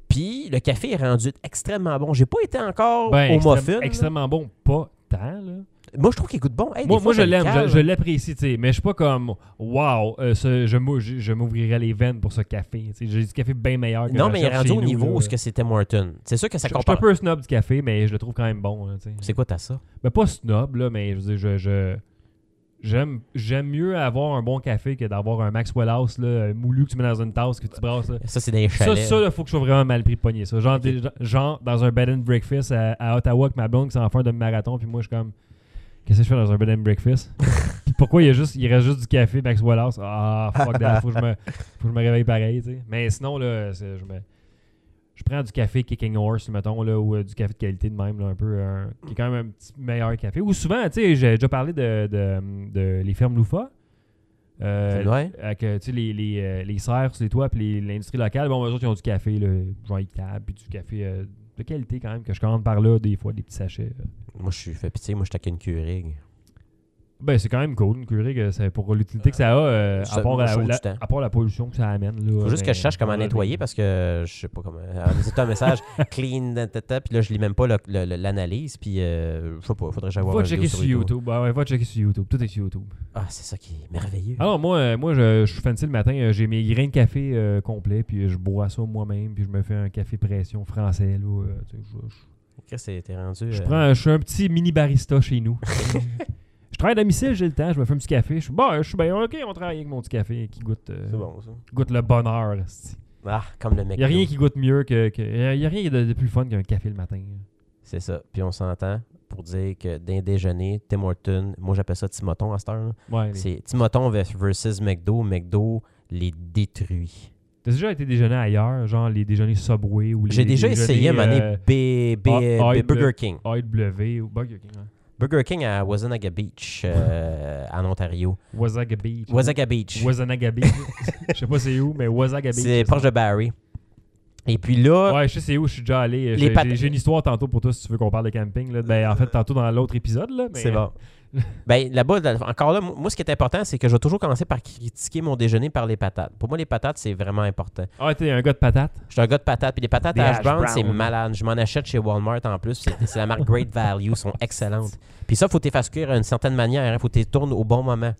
[SPEAKER 5] Puis le café est rendu extrêmement bon. J'ai pas été encore
[SPEAKER 4] Ben,
[SPEAKER 5] au
[SPEAKER 4] extrême-
[SPEAKER 5] muffin. là.
[SPEAKER 4] extrêmement bon, pas tant. Là.
[SPEAKER 5] Moi, je trouve qu'il goûte bon. Hey, des
[SPEAKER 4] moi,
[SPEAKER 5] fois,
[SPEAKER 4] moi, je
[SPEAKER 5] t'as le
[SPEAKER 4] l'aime, je,
[SPEAKER 5] cave.
[SPEAKER 4] je l'apprécie, tu sais, mais je suis pas comme Wow, euh, ce- je, m'ou- je- je m'ouvrirais les veines pour ce café. Tu sais, J'ai du café bien meilleur que
[SPEAKER 5] Non, mais il est
[SPEAKER 4] j'achète
[SPEAKER 5] rendu
[SPEAKER 4] chez
[SPEAKER 5] au
[SPEAKER 4] nous,
[SPEAKER 5] niveau
[SPEAKER 4] là.
[SPEAKER 5] où ce que c'était Morton. C'est sûr que ça
[SPEAKER 4] Je- Je
[SPEAKER 5] compare.
[SPEAKER 4] suis un peu snob du café, mais je le trouve quand même bon. là, tu sais.
[SPEAKER 5] C'est quoi, t'as ça?
[SPEAKER 4] Ben, pas snob, là, mais je veux dire, je- je- J'aime, j'aime mieux avoir un bon café que d'avoir un Maxwell House là, un moulu que tu mets dans une tasse que tu brasses. là.
[SPEAKER 5] Ça, c'est des
[SPEAKER 4] Ça,
[SPEAKER 5] chalets.
[SPEAKER 4] ça, là, faut que je sois vraiment mal pris de pogner ça. Genre,
[SPEAKER 5] Ok.
[SPEAKER 4] des- genre dans un bed and breakfast à, à Ottawa avec ma blonde qui s'en fait un demi-marathon, puis moi, je suis comme, qu'est-ce que je fais dans un bed and breakfast? Puis pourquoi il, y a juste, il reste juste du café Maxwell House? Ah, fuck that, faut que je me, faut que je me réveille pareil, tu sais. Mais sinon, là, c'est- je me... Je prends du café Kicking Horse, mettons, là, ou euh, du café de qualité de même, là, un peu, un- qui est quand même un petit meilleur café. Ou souvent, tu sais, j'ai déjà parlé de, de- de les fermes Loufa. Euh,
[SPEAKER 5] Ouais.
[SPEAKER 4] avec euh, tu sais, les, les, euh, les serres sur les toits puis les- l'industrie locale, bon, eux autres, ils ont du café, là, genre, ils cavent, puis du café euh, de qualité quand même, que je commande par là, des fois, des petits sachets.
[SPEAKER 5] Moi, je suis fait pitié. Moi, je taquais une Keurig.
[SPEAKER 4] Ben, c'est quand même cool, une curie, que c'est pour l'utilité que ça a, euh,
[SPEAKER 5] Ça
[SPEAKER 4] à, part
[SPEAKER 5] me
[SPEAKER 4] la,
[SPEAKER 5] chauffe du
[SPEAKER 4] la-
[SPEAKER 5] temps.
[SPEAKER 4] à part la pollution que ça amène. Là, ben,
[SPEAKER 5] Faut juste que
[SPEAKER 4] mais-
[SPEAKER 5] je cherche comment
[SPEAKER 4] Ouais,
[SPEAKER 5] nettoyer
[SPEAKER 4] mais-
[SPEAKER 5] parce que je sais pas comment. Ah, mais C'est un message clean, ta, ta, ta, puis là, je lis même pas le- le- le- l'analyse, puis euh, je sais pas, faudrait que j'aille voir
[SPEAKER 4] Va
[SPEAKER 5] la vidéo
[SPEAKER 4] checker sur
[SPEAKER 5] YouTube.
[SPEAKER 4] YouTube. Ah ouais, va checker sur YouTube. Tout est sur YouTube.
[SPEAKER 5] Ah, c'est ça qui est merveilleux.
[SPEAKER 4] Alors, moi, euh, moi je, je suis fancy le matin. euh, J'ai mes grains de café euh, complets, puis je bois ça moi-même, puis je me fais un café pression français. Là, euh, tu sais, je- je-
[SPEAKER 5] Chris, t'es t'es rendu.
[SPEAKER 4] Je
[SPEAKER 5] euh,
[SPEAKER 4] prends, je suis un petit mini barista chez nous. je travaille à domicile, j'ai le temps, je me fais un petit café. Je suis bon, je suis bien, ok, on travaille avec mon petit café qui goûte, euh,
[SPEAKER 5] C'est bon, ça.
[SPEAKER 4] qui goûte le bonheur.
[SPEAKER 5] Ah, comme le mec.
[SPEAKER 4] Il n'y a rien qui goûte mieux que. que- y a rien de, de plus fun qu'un café le matin.
[SPEAKER 5] C'est ça. Puis on s'entend pour dire que d'un déjeuner, Tim Horton, moi j'appelle ça Timoton à cette heure. là.
[SPEAKER 4] Ouais, mais-
[SPEAKER 5] C'est Timoton vers- versus McDo. McDo les détruit.
[SPEAKER 4] T'as déjà été déjeuner ailleurs, genre les déjeuners Subway ou les. euh,
[SPEAKER 5] J'ai déjà essayé,
[SPEAKER 4] ma
[SPEAKER 5] mané, B- B-
[SPEAKER 4] Ah,
[SPEAKER 5] B-
[SPEAKER 4] Hyde, là.
[SPEAKER 5] Burger King.
[SPEAKER 4] AW ou Burger King. hein.
[SPEAKER 5] Burger King à Wasanaga Beach, euh, en Ontario.
[SPEAKER 4] Wasaga Beach.
[SPEAKER 5] Wasanaga Beach.
[SPEAKER 4] Wasanaga Beach. Je sais pas c'est où, mais Wasaga Beach.
[SPEAKER 5] C'est proche de Barry. Et puis là,
[SPEAKER 4] Ouais, je sais c'est où, je suis déjà allé.
[SPEAKER 5] Ah. Les
[SPEAKER 4] J'ai
[SPEAKER 5] pat-
[SPEAKER 4] j'ai- j'ai une histoire tantôt pour toi si tu veux qu'on parle de camping. Là. Ben, en fait, tantôt dans l'autre épisode. Là, mais...
[SPEAKER 5] C'est bon. ben, là-bas, dans le- encore là, moi, ce qui est important, c'est que je vais toujours commencer par critiquer mon déjeuner par les patates. Pour moi, les patates, c'est vraiment important.
[SPEAKER 4] Ah, t'es un gars de patates.
[SPEAKER 5] Je suis un gars de patates, puis les patates
[SPEAKER 4] Des
[SPEAKER 5] à
[SPEAKER 4] hash
[SPEAKER 5] hash brown,
[SPEAKER 4] browns.
[SPEAKER 5] c'est malade. Je m'en achète chez Walmart en plus. C'est c'est la marque Great Value, sont excellentes. Puis ça, faut t'es fasses cuire d'une certaine manière. Il faut t'es tournes au bon moment.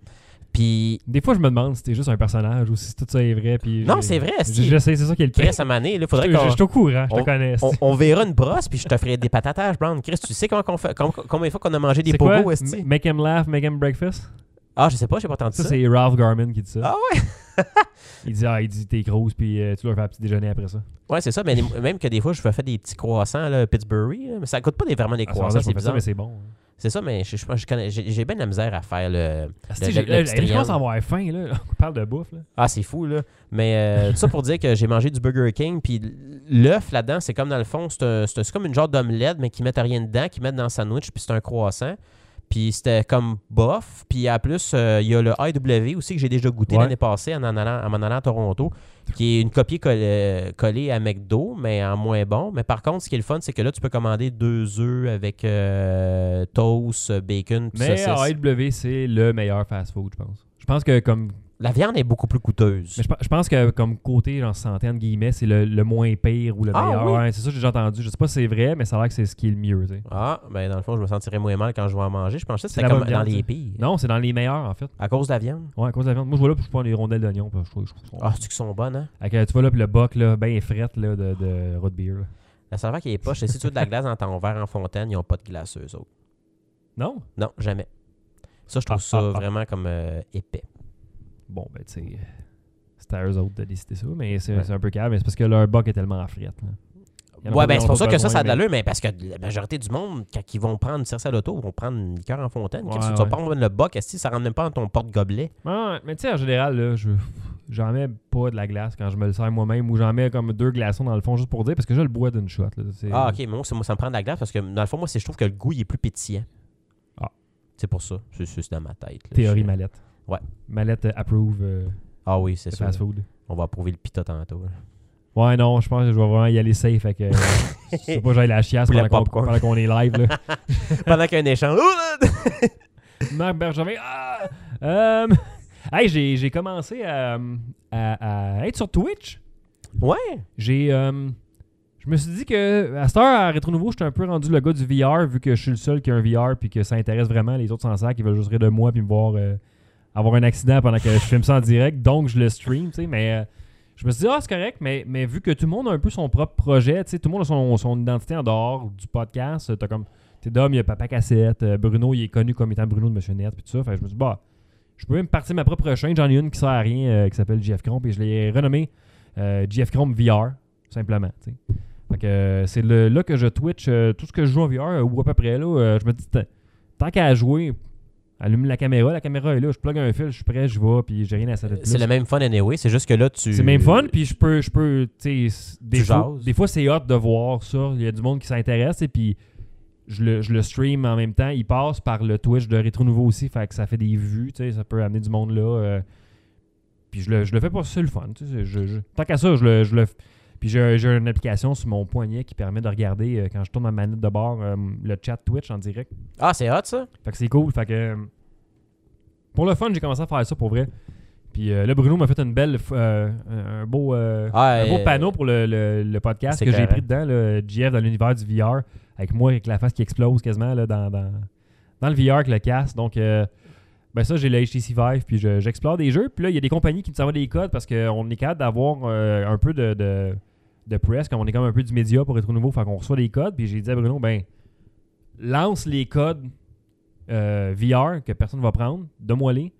[SPEAKER 5] Puis
[SPEAKER 4] Des fois, je me demande si t'es juste un personnage ou si tout ça est vrai. Puis
[SPEAKER 5] Non,
[SPEAKER 4] j'ai-
[SPEAKER 5] c'est vrai,
[SPEAKER 4] j'ai-
[SPEAKER 5] si.
[SPEAKER 4] J'essaie, c'est ça qui est le pire.
[SPEAKER 5] Chris, à maner, il
[SPEAKER 4] Je
[SPEAKER 5] faudrait
[SPEAKER 4] je-
[SPEAKER 5] qu'on
[SPEAKER 4] je suis au courant, je te connais.
[SPEAKER 5] on, on verra une brosse, puis je te ferai des patates à hash brown. Chris, tu sais comment qu'on fait, com- combien de fois qu'on a mangé des
[SPEAKER 4] C'est quoi?
[SPEAKER 5] pogos, esti?
[SPEAKER 4] M- Make him laugh, make him breakfast.
[SPEAKER 5] Ah, je sais pas, j'ai pas entendu
[SPEAKER 4] Ça,
[SPEAKER 5] ça.
[SPEAKER 4] c'est Ralph Garman qui dit ça.
[SPEAKER 5] Ah ouais?
[SPEAKER 4] Il dit, ah, il dit, t'es grosse, puis euh, tu dois faire un petit déjeuner après ça.
[SPEAKER 5] Ouais, c'est ça. Mais les- même que des fois, je me fais des petits croissants, là, Pittsburgh, là, mais ça coûte pas des- vraiment des
[SPEAKER 4] Ah, vrai,
[SPEAKER 5] croissants,
[SPEAKER 4] je
[SPEAKER 5] c'est
[SPEAKER 4] fais ça,
[SPEAKER 5] bizarre.
[SPEAKER 4] mais c'est bon. hein.
[SPEAKER 5] C'est ça, mais je, je, je connais- j'ai j'ai bien de la misère à faire le.
[SPEAKER 4] Asti,
[SPEAKER 5] le-
[SPEAKER 4] j'ai-
[SPEAKER 5] le
[SPEAKER 4] là,
[SPEAKER 5] petit
[SPEAKER 4] hey, Je commence
[SPEAKER 5] triangle.
[SPEAKER 4] à avoir faim, là. On parle de bouffe, là.
[SPEAKER 5] Ah, c'est fou, là. Mais euh, tout ça pour dire que j'ai mangé du Burger King, puis l'œuf là-dedans, c'est comme dans le fond, c'est un- c'est c'est comme une genre d'omelette, mais qui mettent rien dedans, qui mettent dans le sandwich, puis c'est un croissant. Puis c'était comme bof. Puis en plus, euh, il y a le IW aussi que j'ai déjà goûté
[SPEAKER 4] Ouais.
[SPEAKER 5] l'année passée en, en allant, en m'en allant à Toronto, qui est une copie coll- euh, collée à McDo, mais en moins bon. Mais par contre, ce qui est le fun, c'est que là, tu peux commander deux œufs avec euh, toast, bacon, puis
[SPEAKER 4] Mais ah,
[SPEAKER 5] saucisse.
[SPEAKER 4] AEW, c'est le meilleur fast-food, je pense. Je pense que comme
[SPEAKER 5] La viande est beaucoup plus coûteuse.
[SPEAKER 4] Mais je, pe- je pense que comme côté genre centaine de guillemets, c'est le, le moins pire ou le
[SPEAKER 5] Ah,
[SPEAKER 4] meilleur.
[SPEAKER 5] oui?
[SPEAKER 4] Ouais, c'est ça que j'ai déjà entendu. Je sais pas si c'est vrai, mais ça a l'air que c'est ce qui est le mieux. tu sais.
[SPEAKER 5] Ah, ben dans le fond, je me sentirais moins mal quand je vais en manger. Je pensais que
[SPEAKER 4] C'est
[SPEAKER 5] c'était
[SPEAKER 4] la
[SPEAKER 5] comme
[SPEAKER 4] bonne
[SPEAKER 5] dans
[SPEAKER 4] viande,
[SPEAKER 5] les
[SPEAKER 4] ça.
[SPEAKER 5] pires.
[SPEAKER 4] Non, c'est dans les meilleurs en fait.
[SPEAKER 5] À cause de la viande?
[SPEAKER 4] Ouais, à cause de la viande. Moi, je vois là pour je prends les rondelles d'oignon. parce que Je trouve, je trouve ça bon.
[SPEAKER 5] Ah, c'est qu'ils sont bonnes, hein?
[SPEAKER 4] Fait que tu vois là, puis le boc, là, ben frette là, de, de root beer. là.
[SPEAKER 5] La saveur qui est poche, c'est si tu veux de la glace dans ton verre en fontaine, ils n'ont pas de glace, eux autres.
[SPEAKER 4] Non?
[SPEAKER 5] Non, jamais. Ça, je trouve
[SPEAKER 4] Ah,
[SPEAKER 5] ça
[SPEAKER 4] ah, ah.
[SPEAKER 5] vraiment comme euh, épais.
[SPEAKER 4] Bon, ben tu sais, c'est à eux autres de décider ça, mais c'est
[SPEAKER 5] Ouais.
[SPEAKER 4] c'est un peu calme. Mais c'est parce que leur boc est tellement frette. là. Il y en a
[SPEAKER 5] Ouais,
[SPEAKER 4] pas
[SPEAKER 5] ben
[SPEAKER 4] qui
[SPEAKER 5] c'est
[SPEAKER 4] en ont
[SPEAKER 5] pour ça
[SPEAKER 4] pas
[SPEAKER 5] que ça, ça a de
[SPEAKER 4] besoin, mais-
[SPEAKER 5] l'allure, mais parce que la majorité du monde, quand ils vont prendre une tierce à l'auto, ils vont prendre une liqueur en fontaine.
[SPEAKER 4] Ouais,
[SPEAKER 5] Qu'est-ce que tu vas
[SPEAKER 4] ouais.
[SPEAKER 5] prendre le boc, si ça rentre même pas dans ton porte-gobelet?
[SPEAKER 4] Ouais, mais tu sais, en général, là, je j'en mets pas de la glace quand je me le sers moi-même ou j'en mets comme deux glaçons dans le fond juste pour dire parce que je le bois d'une shot. là. C'est-
[SPEAKER 5] Ah, ok, mais moi, c'est- moi, ça me prend de la glace parce que dans le fond, moi, c'est- je trouve que le goût, il est plus pétillant.
[SPEAKER 4] Ah.
[SPEAKER 5] C'est pour ça. C'est juste dans ma tête. là.
[SPEAKER 4] Théorie
[SPEAKER 5] Je-
[SPEAKER 4] mallette.
[SPEAKER 5] Ouais.
[SPEAKER 4] Mallette euh, approve euh,
[SPEAKER 5] Ah oui, c'est
[SPEAKER 4] le
[SPEAKER 5] ça.
[SPEAKER 4] fast-food.
[SPEAKER 5] On va approuver le pita tantôt. là.
[SPEAKER 4] Ouais, non, je pense que je vais vraiment y aller safe. Fait que, euh, je veux pas que j'aille la chiasse
[SPEAKER 5] Poulet
[SPEAKER 4] pendant qu'on
[SPEAKER 5] popcorn.
[SPEAKER 4] pendant qu'on est live. Là.
[SPEAKER 5] Pendant qu'un échange. Ouh, là!
[SPEAKER 4] Marc Bergevin, ah! Euh, hey, j'ai j'ai commencé à, à- à être sur Twitch.
[SPEAKER 5] ouais.
[SPEAKER 4] J'ai. euh, je me suis dit que à cette heure, à Rétro Nouveau, je suis un peu rendu le gars du VR, vu que je suis le seul qui a un VR, puis que ça intéresse vraiment les autres sans ça, qui veulent juste rire de moi, puis me voir euh, avoir un accident pendant que je filme ça en direct. Donc, je le stream, tu sais. Mais euh, je me suis dit, ah, c'est correct, mais, mais vu que tout le monde a un peu son propre projet, tu sais, tout le monde a son, son identité en dehors du podcast. euh, T'as comme. T'es Dom, il y a Papa Cassette, euh, Bruno, il est connu comme étant Bruno de Monsieur Net, puis tout ça. Fait que je me suis dit, bah, je peux même partir ma propre chaîne. J'en ai une qui sert à rien, euh, qui s'appelle JF Chrome, puis je l'ai renommée euh, JF Chrome VR simplement. tu sais. Fait que euh, c'est le- là que je Twitch euh, tout ce que je joue en VR euh, ou à peu près là. euh, je me dis tant- tant qu'à jouer, allume la caméra, la caméra est là, je plug un fil, je suis prêt, je vais, puis j'ai rien à ça
[SPEAKER 5] C'est le même fun anyway, c'est juste que là tu.
[SPEAKER 4] c'est même fun, puis je peux, je peux, tu sais, s- des
[SPEAKER 5] Tu
[SPEAKER 4] fois,
[SPEAKER 5] jases.
[SPEAKER 4] des fois c'est hot de voir ça. Il y a du monde qui s'intéresse et puis je le, je le stream en même temps. Il passe par le Twitch de Rétro Nouveau aussi, fait que ça fait des vues, tu sais, ça peut amener du monde là. euh, puis je le, je le fais pour c'est le fun, tu sais, c'est- je- je- tant qu'à ça, je le, je le f- puis j'ai j'ai une application sur mon poignet qui permet de regarder euh, quand je tourne ma manette de bord euh, le chat Twitch en direct.
[SPEAKER 5] Ah, c'est hot ça.
[SPEAKER 4] Fait que c'est cool. Fait que euh, pour le fun, j'ai commencé à faire ça pour vrai. Puis euh, là, Bruno m'a fait une belle, f- euh, un un beau, euh,
[SPEAKER 5] Ah,
[SPEAKER 4] un beau
[SPEAKER 5] euh,
[SPEAKER 4] panneau pour le, le- le podcast
[SPEAKER 5] c'est
[SPEAKER 4] que j'ai
[SPEAKER 5] carré.
[SPEAKER 4] pris dedans, le GF dans l'univers du VR, avec moi avec la face qui explose quasiment là, dans, dans, dans le VR avec le casque. Donc euh, ben ça, j'ai le HTC Vive, puis je- j'explore des jeux. Puis là, il y a des compagnies qui nous envoient des codes parce qu'on est capable d'avoir euh, un peu de, de, de press, comme on est comme un peu du média pour être au nouveau. Fait qu'on reçoit des codes, puis j'ai dit à Bruno, ben, lance les codes euh, VR que personne va prendre, donne-moi les,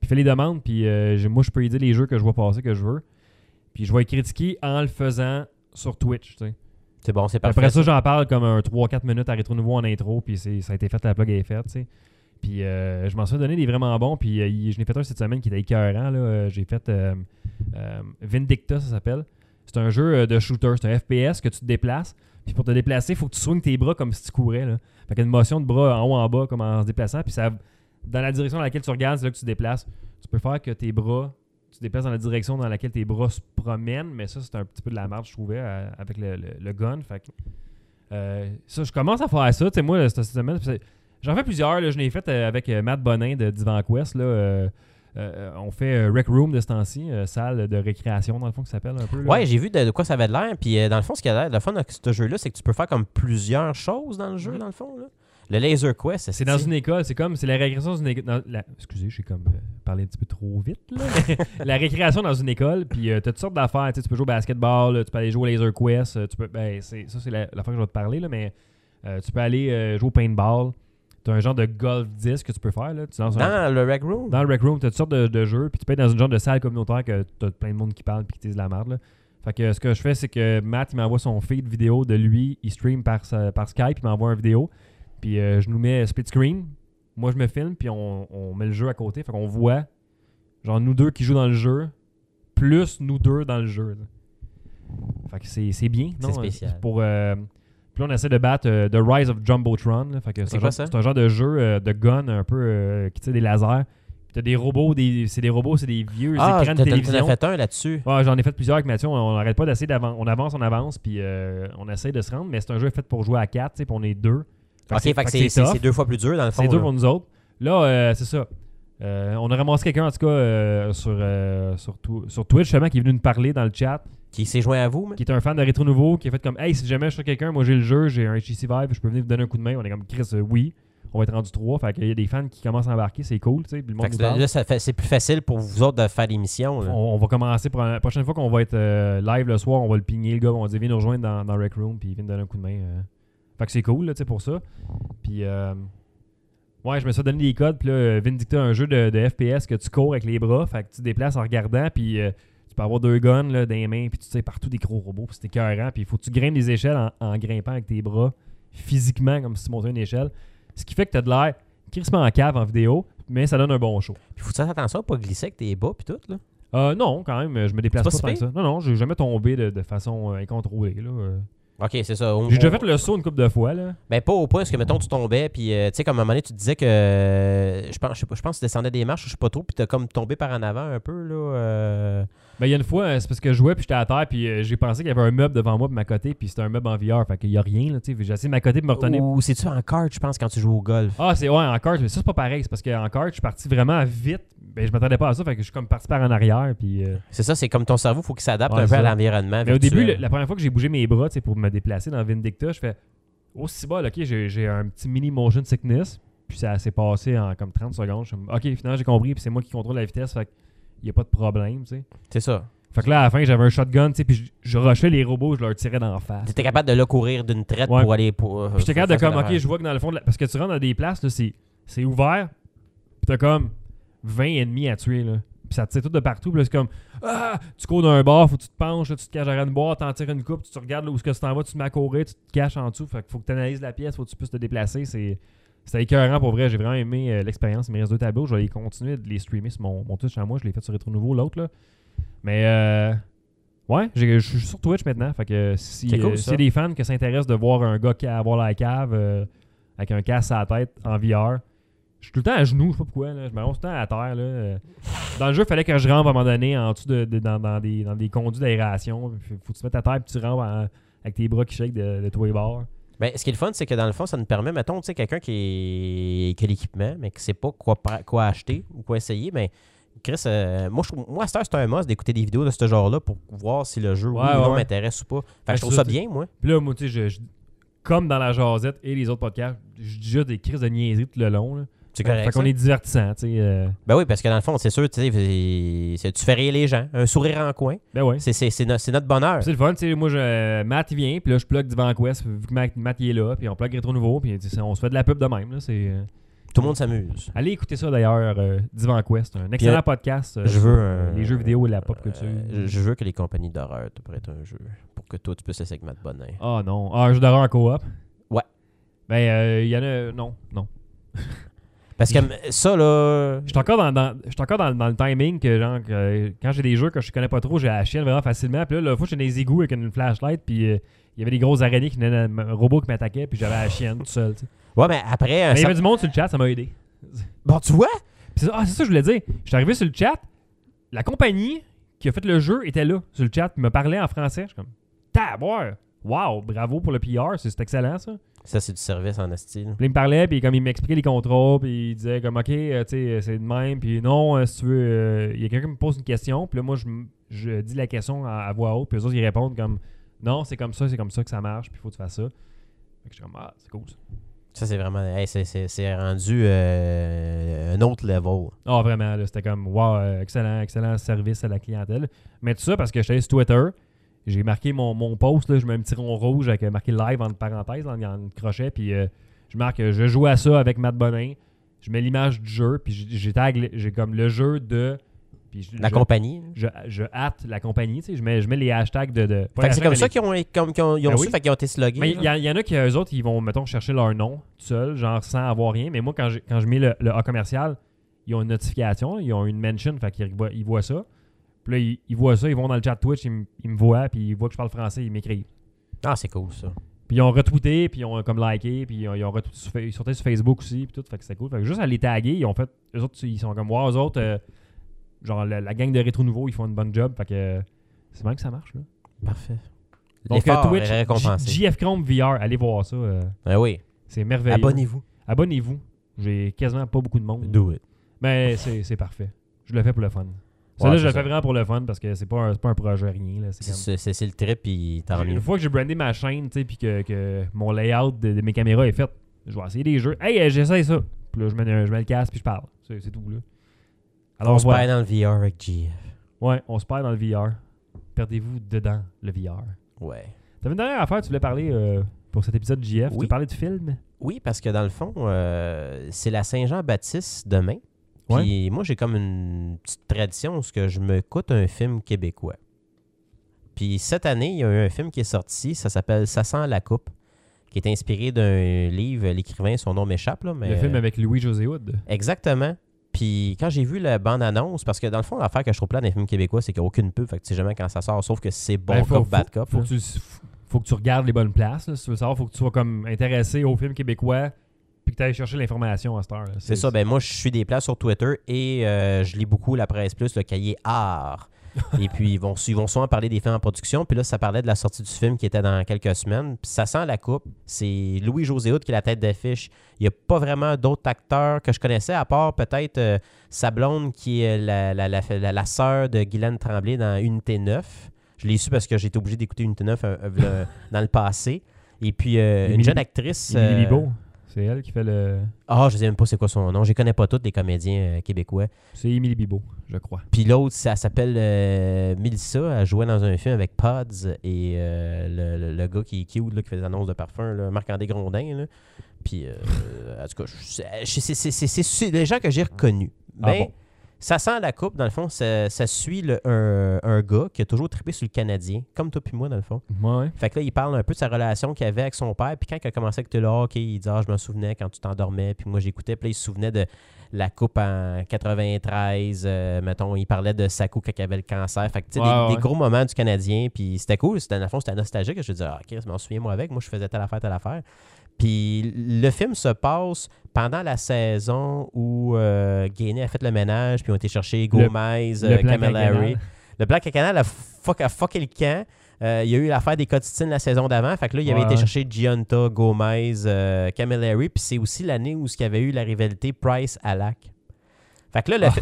[SPEAKER 4] puis fais les demandes, puis euh, j'ai- moi, je peux y dire les jeux que je vois passer, que je veux. Puis je vais les critiquer en le faisant sur Twitch, tu sais.
[SPEAKER 5] C'est bon, c'est parfait.
[SPEAKER 4] Après ça, j'en parle comme un 3-4 minutes à Rétro Nouveau en intro, puis c'est- ça a été fait, la plug est faite, tu sais. Puis euh, je m'en suis donné des vraiment bons, puis euh, il- je n'ai fait un cette semaine qui était écœurant, là. Euh, J'ai fait euh, euh, Vindicta, ça s'appelle. C'est un jeu euh, de shooter, c'est un FPS que tu te déplaces, puis pour te déplacer, il faut que tu swinges tes bras comme si tu courais, là. Fait qu'il y a une motion de bras en haut, en bas, comme en se déplaçant, puis ça, dans la direction dans laquelle tu regardes, c'est là que tu te déplaces. Tu peux faire que tes bras tu te déplaces dans la direction dans laquelle tes bras se promènent, mais ça, c'est un petit peu de la marche, je trouvais, à- avec le, le- le gun. Fait que, euh, ça, je commence à faire ça. Tu sais, moi, cette, cette semaine, c'est- j'en fais plusieurs. Là, je l'ai fait euh, avec euh, Matt Bonin de Divan Quest. Là, euh, euh, on fait euh, Rec Room de ce temps-ci, euh, salle de récréation, dans le fond, qui s'appelle un peu. là.
[SPEAKER 5] Ouais, j'ai vu de, de quoi ça avait de l'air. Puis euh, dans le fond, ce qui a l'air de fun avec ce jeu-là, c'est que tu peux faire comme plusieurs choses dans le jeu,
[SPEAKER 4] Mhm.
[SPEAKER 5] dans le fond. là. Le Laser Quest,
[SPEAKER 4] C'est dans une école, c'est comme c'est la récréation dans une école. Excusez, j'ai comme euh, parlé un petit peu trop vite là. la récréation dans une école, puis euh, t'as toutes sortes d'affaires. Tu sais, tu peux jouer au basketball, là, tu peux aller jouer au laser quest, euh, tu peux. Ben, c'est, ça c'est la, l'affaire que je vais te parler là, mais euh, tu peux aller euh, jouer au paintball. T'as un genre de golf disc que tu peux faire là. Tu lances un-
[SPEAKER 5] Dans le Rec Room.
[SPEAKER 4] dans le rec room, t'as toutes sortes de, de jeux, puis tu peux être dans une genre de salle communautaire que t'as plein de monde qui parle puis qui disent de la merde. Là. Fait que ce que je fais, c'est que Matt, il m'envoie son feed vidéo de lui, il stream par, sa- par Skype, il m'envoie une vidéo, puis euh, je nous mets split screen. Moi, je me filme, puis on, on met le jeu à côté, fait qu'on voit, genre, nous deux qui jouent dans le jeu, plus nous deux dans le jeu. là. Fait que c'est c'est bien,
[SPEAKER 5] C'est
[SPEAKER 4] non?
[SPEAKER 5] spécial.
[SPEAKER 4] Pour, euh, puis là, on essaie de battre euh, The Rise of Jumbotron. là. Fait que
[SPEAKER 5] C'est
[SPEAKER 4] un
[SPEAKER 5] quoi
[SPEAKER 4] genre-
[SPEAKER 5] ça?
[SPEAKER 4] C'est un genre de jeu euh, de gun un peu euh, qui tire des lasers. Puis T'as des robots, des, c'est des robots, c'est des vieux
[SPEAKER 5] Ah,
[SPEAKER 4] écrans de
[SPEAKER 5] t'as- t'as- t'en as
[SPEAKER 4] télévision.
[SPEAKER 5] fait un là-dessus.
[SPEAKER 4] Ouais, J'en ai fait plusieurs avec Mathieu. On- On n'arrête pas d'essayer d'avancer. On avance, on avance, puis euh, on essaie de se rendre. Mais c'est un jeu fait pour jouer à 4, puis on est deux.
[SPEAKER 5] Ok, fait que c'est- c'est
[SPEAKER 4] tough.
[SPEAKER 5] c'est deux fois plus dur dans le fond.
[SPEAKER 4] C'est dur
[SPEAKER 5] là.
[SPEAKER 4] pour nous autres. Là, euh, c'est ça. Euh, on a ramassé quelqu'un, en tout cas, euh, sur, euh, sur, Tw- sur Twitch, justement, qui est venu nous parler dans le chat,
[SPEAKER 5] Qui s'est joint à vous, mais-
[SPEAKER 4] qui est un fan de Rétro Nouveau, qui a fait comme Hey, si jamais je suis quelqu'un, moi j'ai le jeu, j'ai un HTC Vive, je peux venir vous donner un coup de main. On est comme Chris, euh, oui. On va être rendu 3. Fait qu'il y a des fans qui commencent à embarquer, c'est cool, tu sais. puis le monde
[SPEAKER 5] Fait que
[SPEAKER 4] nous
[SPEAKER 5] là,
[SPEAKER 4] parle.
[SPEAKER 5] là, ça fait- c'est plus facile pour vous autres de faire l'émission. là.
[SPEAKER 4] On, on va commencer pour la prochaine fois qu'on va être euh, live le soir, on va le pigner le gars, on va dire viens nous rejoindre dans, dans Rec Room puis viens nous donner un coup de main. euh. Fait que c'est cool là, tu sais, pour ça. Puis euh, ouais, je me suis donné des codes puis là euh, Vindicta un jeu de, de FPS que tu cours avec les bras, fait que tu te déplaces en regardant puis euh, tu peux avoir deux guns là, dans les mains puis tu sais partout des gros robots, puis c'est écœurant puis il faut que tu grimpes les échelles en, en grimpant avec tes bras physiquement comme si tu montais une échelle, ce qui fait que tu as de l'air crissement en cave en vidéo, mais ça donne un bon show.
[SPEAKER 5] Puis faut faire attention à pas glisser avec tes bas puis tout. Là.
[SPEAKER 4] Euh, non, quand même, je me déplace
[SPEAKER 5] C'est
[SPEAKER 4] pas,
[SPEAKER 5] pas
[SPEAKER 4] tant
[SPEAKER 5] si
[SPEAKER 4] que ça. Non, non, j'ai jamais tombé de, de façon euh, incontrôlée. là, euh.
[SPEAKER 5] Ok, c'est ça. On-
[SPEAKER 4] J'ai déjà
[SPEAKER 5] on-
[SPEAKER 4] fait le saut une couple de fois. Là.
[SPEAKER 5] Ben pas au point parce que mettons tu tombais puis euh, tu sais comme à un moment donné tu te disais que euh, je pense je, sais pas, je pense que tu descendais des marches je sais pas trop puis t'as comme tombé par en avant un peu là. euh.
[SPEAKER 4] Ben, il y a une fois, euh, c'est parce que je jouais, puis j'étais à terre, puis euh, j'ai pensé qu'il y avait un meuble devant moi, puis ma côté, puis c'était un meuble en VR, fait qu'il y a rien, là, tu sais. J'ai essayé de ma côté, puis me retenir.
[SPEAKER 5] Ou c'est tu en carte je pense quand tu joues au golf.
[SPEAKER 4] Ah, c'est ouais, en carte, mais ça, c'est pas pareil, c'est parce qu'en carte, je suis parti vraiment vite, ben, je m'attendais pas à ça, fait que je suis comme parti par en arrière, puis. euh,
[SPEAKER 5] C'est ça c'est comme ton cerveau faut qu'il s'adapte
[SPEAKER 4] Ouais,
[SPEAKER 5] un peu
[SPEAKER 4] c'est
[SPEAKER 5] à
[SPEAKER 4] ça.
[SPEAKER 5] l'environnement.
[SPEAKER 4] Mais au
[SPEAKER 5] virtuel.
[SPEAKER 4] début, le- la première fois que j'ai bougé mes bras tu sais, pour me déplacer dans Vindicta, je fais Oh, si bol, ok, j'ai j'ai un petit mini motion sickness. Puis ça s'est passé en comme 30 secondes. Je suis comme, ok, finalement, j'ai compris. Puis c'est moi qui contrôle la vitesse. Fait qu'il n'y a pas de problème. tu sais.
[SPEAKER 5] c'est ça.
[SPEAKER 4] Fait que là, à la fin, j'avais un shotgun. tu sais, Puis je, je rushais les robots, je leur tirais dans la face.
[SPEAKER 5] T'étais capable de là courir d'une traite
[SPEAKER 4] Ouais.
[SPEAKER 5] pour aller pour. euh,
[SPEAKER 4] Puis j'étais capable de
[SPEAKER 5] faire
[SPEAKER 4] comme, ok,
[SPEAKER 5] ton affaire.
[SPEAKER 4] je vois que dans le fond, de la- parce que tu rentres dans des places, là, c'est, c'est ouvert, puis t'as comme 20 ennemis à tuer, là. Puis ça te tire tout de partout, puis là, c'est comme, ah, tu cours d'un bar, faut que tu te penches, là, tu te caches derrière une boîte, t'en tires une coupe, tu te regardes là où ce que tu t'en vas, tu te mets à courir, tu te caches en dessous, fait que faut que tu analyses la pièce, faut que tu puisses te déplacer, c'est. C'était écœurant pour vrai, j'ai vraiment aimé euh, l'expérience. Il me reste deux tableaux, je vais les continuer de les streamer sur mon, mon Twitch à moi. Je l'ai fait sur Retro Nouveau, l'autre là. Mais euh, ouais, j'ai- je suis sur Twitch maintenant. Fait que si
[SPEAKER 5] C'est cool,
[SPEAKER 4] euh,
[SPEAKER 5] ça.
[SPEAKER 4] s'il y a des fans qui s'intéressent de voir un gars qui a avoir la cave euh, avec un casque à la tête en VR, je suis tout le temps à genoux, je sais pas pourquoi. Là. Je me rends tout le temps à terre. Là. Euh, Dans le jeu, il fallait que je rampe à un moment donné en dessous de, de- dans, dans des, dans des conduits d'aération. Puis Faut que tu te mettes à terre puis tu rampes en- avec tes bras qui shake de, de tous les bords.
[SPEAKER 5] Ben, ce qui est le fun, c'est que dans le fond, ça nous permet, mettons, tu sais, quelqu'un qui, est- qui a l'équipement, mais qui sait pas quoi, pra- quoi acheter ou quoi essayer, mais Chris, euh, moi, je, trouve- moi, à cette heure, c'est un must d'écouter des vidéos de ce genre-là pour voir si le jeu oui
[SPEAKER 4] Ouais,
[SPEAKER 5] ou non
[SPEAKER 4] ouais.
[SPEAKER 5] m'intéresse ou pas. Fait
[SPEAKER 4] Ben,
[SPEAKER 5] que je trouve
[SPEAKER 4] c'est
[SPEAKER 5] ça
[SPEAKER 4] ça,
[SPEAKER 5] bien, moi.
[SPEAKER 4] Puis là, moi, tu sais, je- je- comme dans la Jazette et les autres podcasts, je dis juste des crises de niaiserie tout le long. Là.
[SPEAKER 5] C'est
[SPEAKER 4] fait
[SPEAKER 5] correct.
[SPEAKER 4] qu'on
[SPEAKER 5] ça.
[SPEAKER 4] est divertissant, tu sais. euh.
[SPEAKER 5] Ben oui, parce que dans le fond, c'est sûr, tu sais, c'est- c'est- tu fais rire les gens. Un sourire en coin,
[SPEAKER 4] Ben ouais.
[SPEAKER 5] c'est c'est- c'est no- c'est notre bonheur.
[SPEAKER 4] C'est le fun, tu sais. Moi, je, Matt, il vient, puis là, je plug Divan Quest, vu que Matt, Matt, il est là, puis on plug Rétro Nouveau, puis tu sais, on se fait de la pub de même. Là, c'est, euh.
[SPEAKER 5] Tout le monde s'amuse.
[SPEAKER 4] Allez écouter ça d'ailleurs, euh, Divan Quest, un excellent
[SPEAKER 5] euh,
[SPEAKER 4] podcast. euh,
[SPEAKER 5] Je
[SPEAKER 4] sur,
[SPEAKER 5] veux
[SPEAKER 4] euh,
[SPEAKER 5] un-
[SPEAKER 4] les jeux vidéo et la pop culture.
[SPEAKER 5] Euh, je veux que les compagnies d'horreur te prêtent un jeu pour que toi, tu puisses essayer avec Matt Bonin.
[SPEAKER 4] Ah non. Ah, un jeu d'horreur en coop.
[SPEAKER 5] Ouais.
[SPEAKER 4] Ben, euh, il y en a. Non, non.
[SPEAKER 5] Parce que m- ça, là.
[SPEAKER 4] Je suis encore dans, dans- je suis encore dans, dans le timing que, genre, que, quand j'ai des jeux que je connais pas trop, j'ai la chienne vraiment facilement. Puis là, la fois, j'ai des égouts avec une flashlight, puis euh, il y avait des grosses araignées qui venaient, un robot qui m'attaquait, puis j'avais la chienne tout seul. tu sais.
[SPEAKER 5] Ouais, mais après. un
[SPEAKER 4] Mais il y
[SPEAKER 5] certain-
[SPEAKER 4] avait du monde sur le chat, ça m'a aidé.
[SPEAKER 5] Bon, tu vois?
[SPEAKER 4] Puis c'est ça- ah, c'est ça que je voulais dire. Je suis arrivé sur le chat, la compagnie qui a fait le jeu était là sur le chat, puis me parlait en français. Je suis comme, taboire! Wow, bravo pour le PR, c'est c'est excellent ça.
[SPEAKER 5] Ça, c'est du service en esti. là.
[SPEAKER 4] Puis il me parlait, puis comme il m'expliquait les contrats, puis il disait comme ok, euh, tu sais, c'est de même, puis non, euh, si tu veux, euh, il y a quelqu'un qui me pose une question, puis là moi je, m- je dis la question à, à voix haute, puis eux autres ils répondent comme non, c'est comme ça, c'est comme ça que ça marche, puis il faut que tu fasses ça. Fait que je suis comme ah, c'est cool ça.
[SPEAKER 5] Ça, c'est vraiment. hey, c'est- c'est c'est rendu euh, un autre level.
[SPEAKER 4] Ah, vraiment, là, c'était comme, wow, euh, excellent, excellent service à la clientèle. Mais tout ça parce que j'étais allé sur Twitter, j'ai marqué mon, mon post, là, je mets un petit rond rouge avec euh, marqué live entre parenthèses, en, en crochet, puis euh, je marque, euh, je joue à ça avec Matt Bonin, je mets l'image du jeu, puis j'ai- j'ai tag, le- j'ai comme le jeu de. puis je-
[SPEAKER 5] La
[SPEAKER 4] je-
[SPEAKER 5] compagnie.
[SPEAKER 4] Je, je hâte la compagnie, tu sais, je mets, je mets les hashtags de. de pas
[SPEAKER 5] Fait que c'est
[SPEAKER 4] hashtag,
[SPEAKER 5] comme
[SPEAKER 4] mais
[SPEAKER 5] ça
[SPEAKER 4] les-
[SPEAKER 5] qu'ils ont, comme, qu'ils ont, ils ont
[SPEAKER 4] Ben
[SPEAKER 5] su,
[SPEAKER 4] oui.
[SPEAKER 5] fait qu'ils ont été slogués.
[SPEAKER 4] mais il y,
[SPEAKER 5] là.
[SPEAKER 4] a- y en a qui, eux autres, ils vont, mettons, chercher leur nom tout seul, genre sans avoir rien. Mais moi, quand, j'ai- quand je mets le, le A commercial, ils ont une notification, ils ont une mention, fait qu'ils voient, ils voient ça. Puis là, ils, ils voient ça, ils vont dans le chat Twitch, ils, m- ils me voient, puis ils voient que je parle français, ils m'écrivent.
[SPEAKER 5] Ah, c'est cool ça.
[SPEAKER 4] Puis ils ont retweeté, puis ils ont comme liké, puis ils ont, ils ont retweeté sur, Fa- ils sortaient sur Facebook aussi, puis tout, fait que c'était cool. Fait que juste à les taguer, ils ont fait, eux autres, ils sont comme, wow, eux autres, euh, genre la, la gang de Rétro Nouveau, ils font une bonne job, fait que euh, c'est même que ça marche, là.
[SPEAKER 5] Parfait.
[SPEAKER 4] Donc, euh,
[SPEAKER 5] L'effort
[SPEAKER 4] Twitch,
[SPEAKER 5] est récompensé.
[SPEAKER 4] J- JF Chrome VR, allez voir ça. euh,
[SPEAKER 5] Ben oui.
[SPEAKER 4] c'est merveilleux.
[SPEAKER 5] Abonnez-vous.
[SPEAKER 4] Abonnez-vous. J'ai quasiment pas beaucoup de monde.
[SPEAKER 5] Do it.
[SPEAKER 4] Mais c'est c'est parfait. Je le fais pour le fun. Ça, là,
[SPEAKER 5] Ouais,
[SPEAKER 4] je le
[SPEAKER 5] c'est
[SPEAKER 4] fais
[SPEAKER 5] ça.
[SPEAKER 4] vraiment pour le fun parce que c'est pas, un- c'est pas un projet rien. Là. C'est
[SPEAKER 5] C'est-
[SPEAKER 4] comme-
[SPEAKER 5] C'est c'est- c'est le trip, puis tant
[SPEAKER 4] J'ai-
[SPEAKER 5] mieux.
[SPEAKER 4] Une fois que j'ai brandé ma chaîne, tu sais, puis que, que mon layout de, de mes caméras est fait, je vais essayer des jeux. Hey, euh, j'essaye ça. Puis là, je mets, un- je mets le casque puis je parle. C'est c'est tout, là. Alors,
[SPEAKER 5] On se
[SPEAKER 4] voilà.
[SPEAKER 5] perd dans le VR avec GF.
[SPEAKER 4] Ouais, on se perd dans le VR. Perdez-vous dedans, le VR.
[SPEAKER 5] Ouais.
[SPEAKER 4] T'avais une dernière affaire, tu voulais parler euh, pour cet épisode JF.
[SPEAKER 5] Oui.
[SPEAKER 4] Tu parlais de film.
[SPEAKER 5] Oui, parce que dans le fond, euh, c'est la Saint-Jean-Baptiste demain.
[SPEAKER 4] Ouais.
[SPEAKER 5] Puis moi, j'ai comme une petite tradition où ce que je me coûte un film québécois. Puis cette année, il y a eu un film qui est sorti, ça s'appelle Ça sent la coupe, qui est inspiré d'un livre, l'écrivain, son nom m'échappe, là, mais...
[SPEAKER 4] Le film avec Louis-José Hood.
[SPEAKER 5] Exactement. Puis quand j'ai vu la bande-annonce, parce que dans le fond, l'affaire que je trouve plein des films québécois, c'est qu'il n'y a aucune pub, fait que tu sais jamais quand ça sort, sauf que c'est bon
[SPEAKER 4] Ben, faut-
[SPEAKER 5] cop, bad
[SPEAKER 4] faut-
[SPEAKER 5] cop.
[SPEAKER 4] Faut
[SPEAKER 5] là.
[SPEAKER 4] que, tu, faut- faut que tu regardes les bonnes places. là, si tu veux savoir, faut que tu sois comme intéressé au film québécois puis que tu ailles chercher l'information à cette heure. là.
[SPEAKER 5] C'est ça, ben moi je suis des places sur Twitter et euh, je lis beaucoup la presse plus, le cahier art. et puis ils vont, ils vont souvent parler des films en production. Puis là, ça parlait de la sortie du film qui était dans quelques semaines. Puis ça sent la coupe. C'est Louis-José Hood qui est la tête d'affiche. Il n'y a pas vraiment d'autres acteurs que je connaissais, à part peut-être euh, sa blonde qui est la, la, la, la- la sœur de Guylaine Tremblay dans Unité 9. Je l'ai su parce que j'étais obligé d'écouter Unité 9 euh, euh, le- dans le passé. Et puis euh, une
[SPEAKER 4] Émilie-
[SPEAKER 5] jeune actrice.
[SPEAKER 4] Émilie
[SPEAKER 5] euh,
[SPEAKER 4] Bibeau, c'est elle qui fait le.
[SPEAKER 5] ah, je sais même pas c'est quoi son nom. Je les connais pas tous les comédiens euh, québécois.
[SPEAKER 4] C'est Émilie Bibeau, je crois.
[SPEAKER 5] Puis l'autre, ça s'appelle euh, Mélissa. Elle jouait dans un film avec Pods et euh, le, le- le gars qui est cute, là, qui fait des annonces de parfum, là, Marc-André Grondin. là. Puis, euh, en tout cas, je- je- c'est- c'est- c'est- c'est c'est des gens que j'ai reconnus.
[SPEAKER 4] Ah
[SPEAKER 5] Ben,
[SPEAKER 4] bon?
[SPEAKER 5] ça sent la coupe, dans le fond. Ça, ça suit le- un, un gars qui a toujours trippé sur le Canadien, comme toi puis moi, dans le fond.
[SPEAKER 4] Ouais, ouais.
[SPEAKER 5] Fait que là, il parle un peu de sa relation qu'il avait avec son père. Puis quand il a commencé avec le hockey, il dit Ah, je me souvenais quand tu t'endormais. Puis moi, j'écoutais. Puis là, il se souvenait de la coupe en 93. euh, mettons, il parlait de sa coupe quand il avait le cancer. Fait que, tu sais,
[SPEAKER 4] Ouais,
[SPEAKER 5] des, des
[SPEAKER 4] ouais.
[SPEAKER 5] gros moments du Canadien. Puis c'était cool. C'était, dans le fond, c'était nostalgique. Je me disais Ah, Chris, m'en souviens-moi avec. Moi, je faisais telle affaire, telle affaire. Puis le film se passe pendant la saison où euh, Guéné a fait le ménage, puis ils ont été chercher
[SPEAKER 4] Le-
[SPEAKER 5] Gomez,
[SPEAKER 4] Le
[SPEAKER 5] euh,
[SPEAKER 4] plan
[SPEAKER 5] Camilleri.
[SPEAKER 4] quinquennal.
[SPEAKER 5] Le plan Canal a, fuck, a fucké le camp. Euh, il y a eu l'affaire des quotidiennes la saison d'avant. Fait que là, il avait
[SPEAKER 4] Ouais,
[SPEAKER 5] été
[SPEAKER 4] ouais.
[SPEAKER 5] chercher Giunta, Gomez, euh, Camilleri. Puis c'est aussi l'année où il y avait eu la rivalité Price-Alac. Fait que là, le,
[SPEAKER 4] Ah.
[SPEAKER 5] fi-